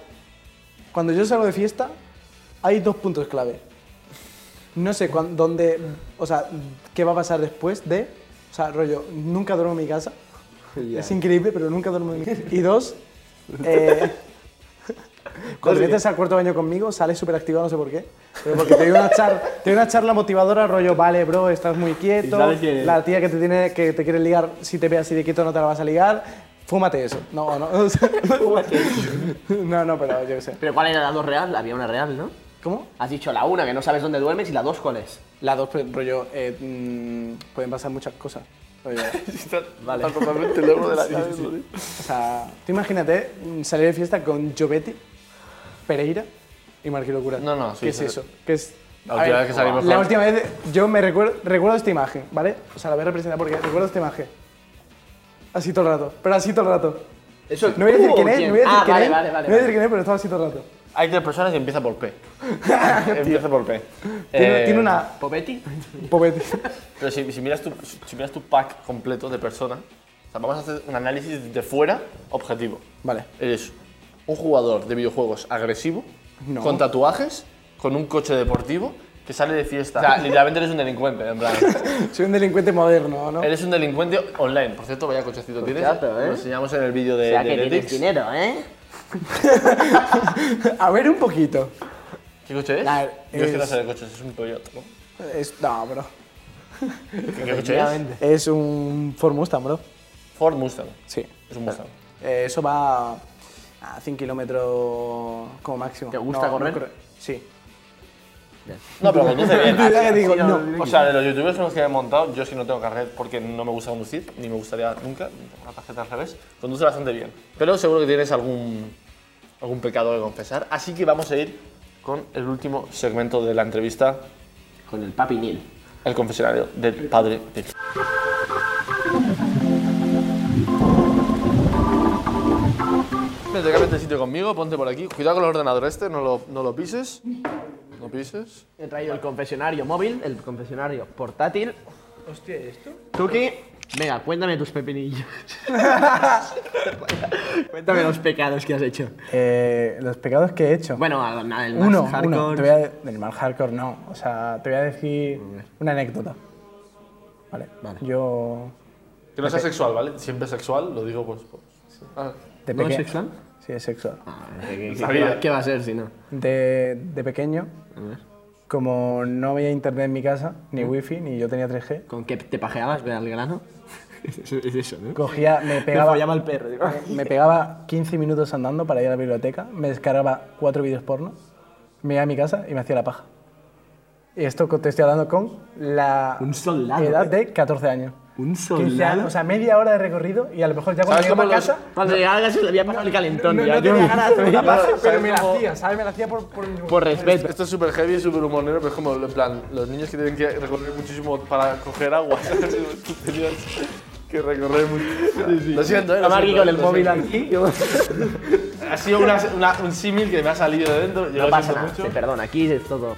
[SPEAKER 5] cuando yo salgo de fiesta, hay dos puntos clave. No sé cuán- dónde, o sea, qué va a pasar después de, o sea, rollo, nunca duermo en mi casa. Es increíble, pero nunca duermo en mi casa. Y dos, eh, cuando te metes al cuarto baño conmigo, sales súper activado, no sé por qué. Pero porque te doy, una charla, te doy una charla motivadora, rollo, vale, bro, estás muy quieto.
[SPEAKER 9] Y sabes quién es.
[SPEAKER 5] La tía que te, tiene, que te quiere ligar, si te ve así de quieto, no te la vas a ligar. Fúmate eso. No, no. o sea, no, no, pero yo qué sé.
[SPEAKER 9] Pero ¿cuál era la dos real? Había una real, ¿no?
[SPEAKER 5] ¿Cómo?
[SPEAKER 9] Has dicho la una, que no sabes dónde duermes, y la dos, ¿cuál es?
[SPEAKER 5] La dos, pues, rollo, eh, mm, pueden pasar muchas cosas. Rollo,
[SPEAKER 9] Vale.
[SPEAKER 5] O sea, tú imagínate mm, salir de fiesta con Jovetti, Pereira y Marquillo Locura.
[SPEAKER 1] No, no, sí,
[SPEAKER 5] ¿Qué es
[SPEAKER 1] sí.
[SPEAKER 5] eso? ¿Qué es?
[SPEAKER 1] La
[SPEAKER 5] A
[SPEAKER 1] última vez que salimos
[SPEAKER 5] La
[SPEAKER 1] con-
[SPEAKER 5] última vez, yo me recuerdo, recuerdo esta imagen, ¿vale? O sea, la voy a representar porque recuerdo esta imagen. Así todo el rato, pero así todo el rato.
[SPEAKER 9] Eso,
[SPEAKER 5] No voy a decir
[SPEAKER 9] ¿tú o
[SPEAKER 5] quién es, no voy a decir
[SPEAKER 9] ah,
[SPEAKER 5] quién
[SPEAKER 9] vale,
[SPEAKER 5] es,
[SPEAKER 9] vale,
[SPEAKER 5] no
[SPEAKER 9] vale.
[SPEAKER 5] voy a decir quién es, pero estaba así todo el rato.
[SPEAKER 1] Hay tres personas y empieza por P. empieza por P.
[SPEAKER 5] Tiene,
[SPEAKER 1] Eh,
[SPEAKER 5] tiene una
[SPEAKER 9] ¿Popetti?
[SPEAKER 5] Povetti.
[SPEAKER 1] Pero si, si miras tu, si miras tu pack completo de personas, o sea, vamos a hacer un análisis de fuera objetivo.
[SPEAKER 5] Vale.
[SPEAKER 1] Eres un jugador de videojuegos agresivo,
[SPEAKER 5] No.
[SPEAKER 1] con tatuajes, con un coche deportivo, que sale de fiesta. O sea, literalmente eres un delincuente, en plan.
[SPEAKER 5] Soy un delincuente moderno, ¿no?
[SPEAKER 1] Eres un delincuente online. Por cierto, vaya cochecito tienes.
[SPEAKER 9] Cochazo, ¿eh?
[SPEAKER 1] Lo enseñamos en el vídeo de,
[SPEAKER 9] O sea,
[SPEAKER 1] de
[SPEAKER 9] que tienes
[SPEAKER 1] Netflix.
[SPEAKER 9] dinero, ¿eh?
[SPEAKER 5] A ver un poquito.
[SPEAKER 1] ¿Qué coche es?
[SPEAKER 5] La-
[SPEAKER 1] Yo es que no
[SPEAKER 5] es-
[SPEAKER 1] sé de coches, es un Toyota, ¿no?
[SPEAKER 5] Es, no, bro.
[SPEAKER 1] ¿Qué, qué coche es?
[SPEAKER 5] Es un Ford Mustang, bro.
[SPEAKER 1] Ford Mustang.
[SPEAKER 5] Sí.
[SPEAKER 1] Es un Mustang.
[SPEAKER 5] Eh, eso va a 100 kilómetros como máximo.
[SPEAKER 9] ¿Te gusta correr?
[SPEAKER 5] corre- Sí.
[SPEAKER 1] No, pero conduce bien.
[SPEAKER 5] Ya que digo, no.
[SPEAKER 1] O sea, de los youtubers con los que me he montado, yo sí no tengo carnet porque no me gusta conducir, ni me gustaría nunca, tengo una tarjeta al revés. Conduce bastante bien. Pero seguro que tienes algún, algún pecado que confesar. Así que vamos a ir con el último segmento de la entrevista,
[SPEAKER 9] Con el papi Neil.
[SPEAKER 1] el confesionario del padre de... Vente, cámbiate de sitio conmigo, ponte por aquí. Cuidado con el ordenador este, no lo, no lo pises. No pises.
[SPEAKER 9] He traído el confesionario móvil, el confesionario portátil.
[SPEAKER 5] Hostia, ¿esto?
[SPEAKER 9] Tuki, venga, cuéntame tus pepinillos. cuéntame los pecados que has hecho.
[SPEAKER 5] Eh, los pecados que he hecho.
[SPEAKER 9] Bueno, a- nada, el más
[SPEAKER 5] uno,
[SPEAKER 9] hardcore.
[SPEAKER 5] uno. Te voy a, del mal hardcore no. O sea, te voy a decir una anécdota. Vale. Yo.
[SPEAKER 1] Que no
[SPEAKER 5] de
[SPEAKER 1] sea
[SPEAKER 5] pe-
[SPEAKER 1] sexual, ¿vale? Siempre sexual, lo digo pues. pues, sí. Ah.
[SPEAKER 5] de
[SPEAKER 1] ¿No es
[SPEAKER 5] peque-
[SPEAKER 1] sexual?
[SPEAKER 5] Sí, es sexual.
[SPEAKER 9] Ah,
[SPEAKER 1] qué- Sabía. qué va- qué va
[SPEAKER 9] a ser si no?
[SPEAKER 5] De, de pequeño, como no había internet en mi casa, ni
[SPEAKER 9] ¿Mm?
[SPEAKER 5] wifi, ni yo tenía 3G,
[SPEAKER 9] ¿Con qué te pajeabas? ¿Ve al grano? es eso, ¿no?
[SPEAKER 5] cogía, me pegaba.
[SPEAKER 9] follaba el perro, digo.
[SPEAKER 5] me- me pegaba 15 minutos andando para ir a la biblioteca, me descargaba cuatro vídeos porno, me iba a mi casa y me hacía la paja. Y esto co- te estoy hablando con la
[SPEAKER 9] soldado,
[SPEAKER 5] edad
[SPEAKER 9] eh.
[SPEAKER 5] de 14 años.
[SPEAKER 9] Un
[SPEAKER 5] 15 años, o sea, media hora de recorrido y a lo mejor ya cuando
[SPEAKER 9] ¿Sabes
[SPEAKER 5] llegaba a
[SPEAKER 9] cómo los-
[SPEAKER 5] casa.
[SPEAKER 9] Cuando llegaba a casa le había pasado el calentón.
[SPEAKER 5] No,
[SPEAKER 9] ya.
[SPEAKER 5] no tenía ganas de hacer una
[SPEAKER 1] Claro,
[SPEAKER 5] paja, pero
[SPEAKER 1] ¿sabes
[SPEAKER 5] me la
[SPEAKER 1] cómo-
[SPEAKER 5] hacía, ¿sabes? Me la hacía por, por,
[SPEAKER 1] respeto. Esto es súper heavy, súper humorero, pero es como, en plan, los niños que tienen que recorrer muchísimo para coger agua. ¿sabes? Tú tenías que recorrer muchísimo. Lo siento, ¿eh? lo
[SPEAKER 9] Además, aquí
[SPEAKER 1] siento,
[SPEAKER 9] con el
[SPEAKER 1] lo
[SPEAKER 9] móvil
[SPEAKER 1] siento.
[SPEAKER 9] aquí.
[SPEAKER 1] Ha sido una- una- un símil que me ha salido de dentro. Yo
[SPEAKER 9] No
[SPEAKER 1] lo
[SPEAKER 9] pasa
[SPEAKER 1] siento
[SPEAKER 9] nada,
[SPEAKER 1] mucho.
[SPEAKER 9] te perdono, aquí es todo.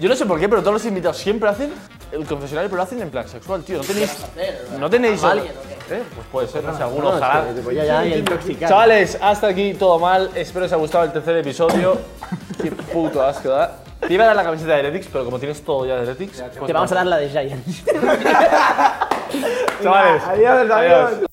[SPEAKER 1] Yo no sé por qué, pero todos los invitados siempre hacen el confesionario, pero lo hacen en plan sexual, tío. No tenéis. No tenéis.
[SPEAKER 9] ¿Alguien
[SPEAKER 1] ¿Eh? Pues puede ser, no sé,
[SPEAKER 9] No,
[SPEAKER 1] alguno,
[SPEAKER 9] es
[SPEAKER 1] ojalá.
[SPEAKER 9] que te voy a ya intoxicar.
[SPEAKER 1] Chavales, hasta aquí todo mal. Espero os haya gustado el tercer episodio. qué puto asco da. Te iba a dar la camiseta de Heretics, pero como tienes todo ya de Heretics. pues
[SPEAKER 9] Te vamos a
[SPEAKER 1] no.
[SPEAKER 9] dar la de Giant.
[SPEAKER 1] Chavales,
[SPEAKER 9] Adiós, adiós.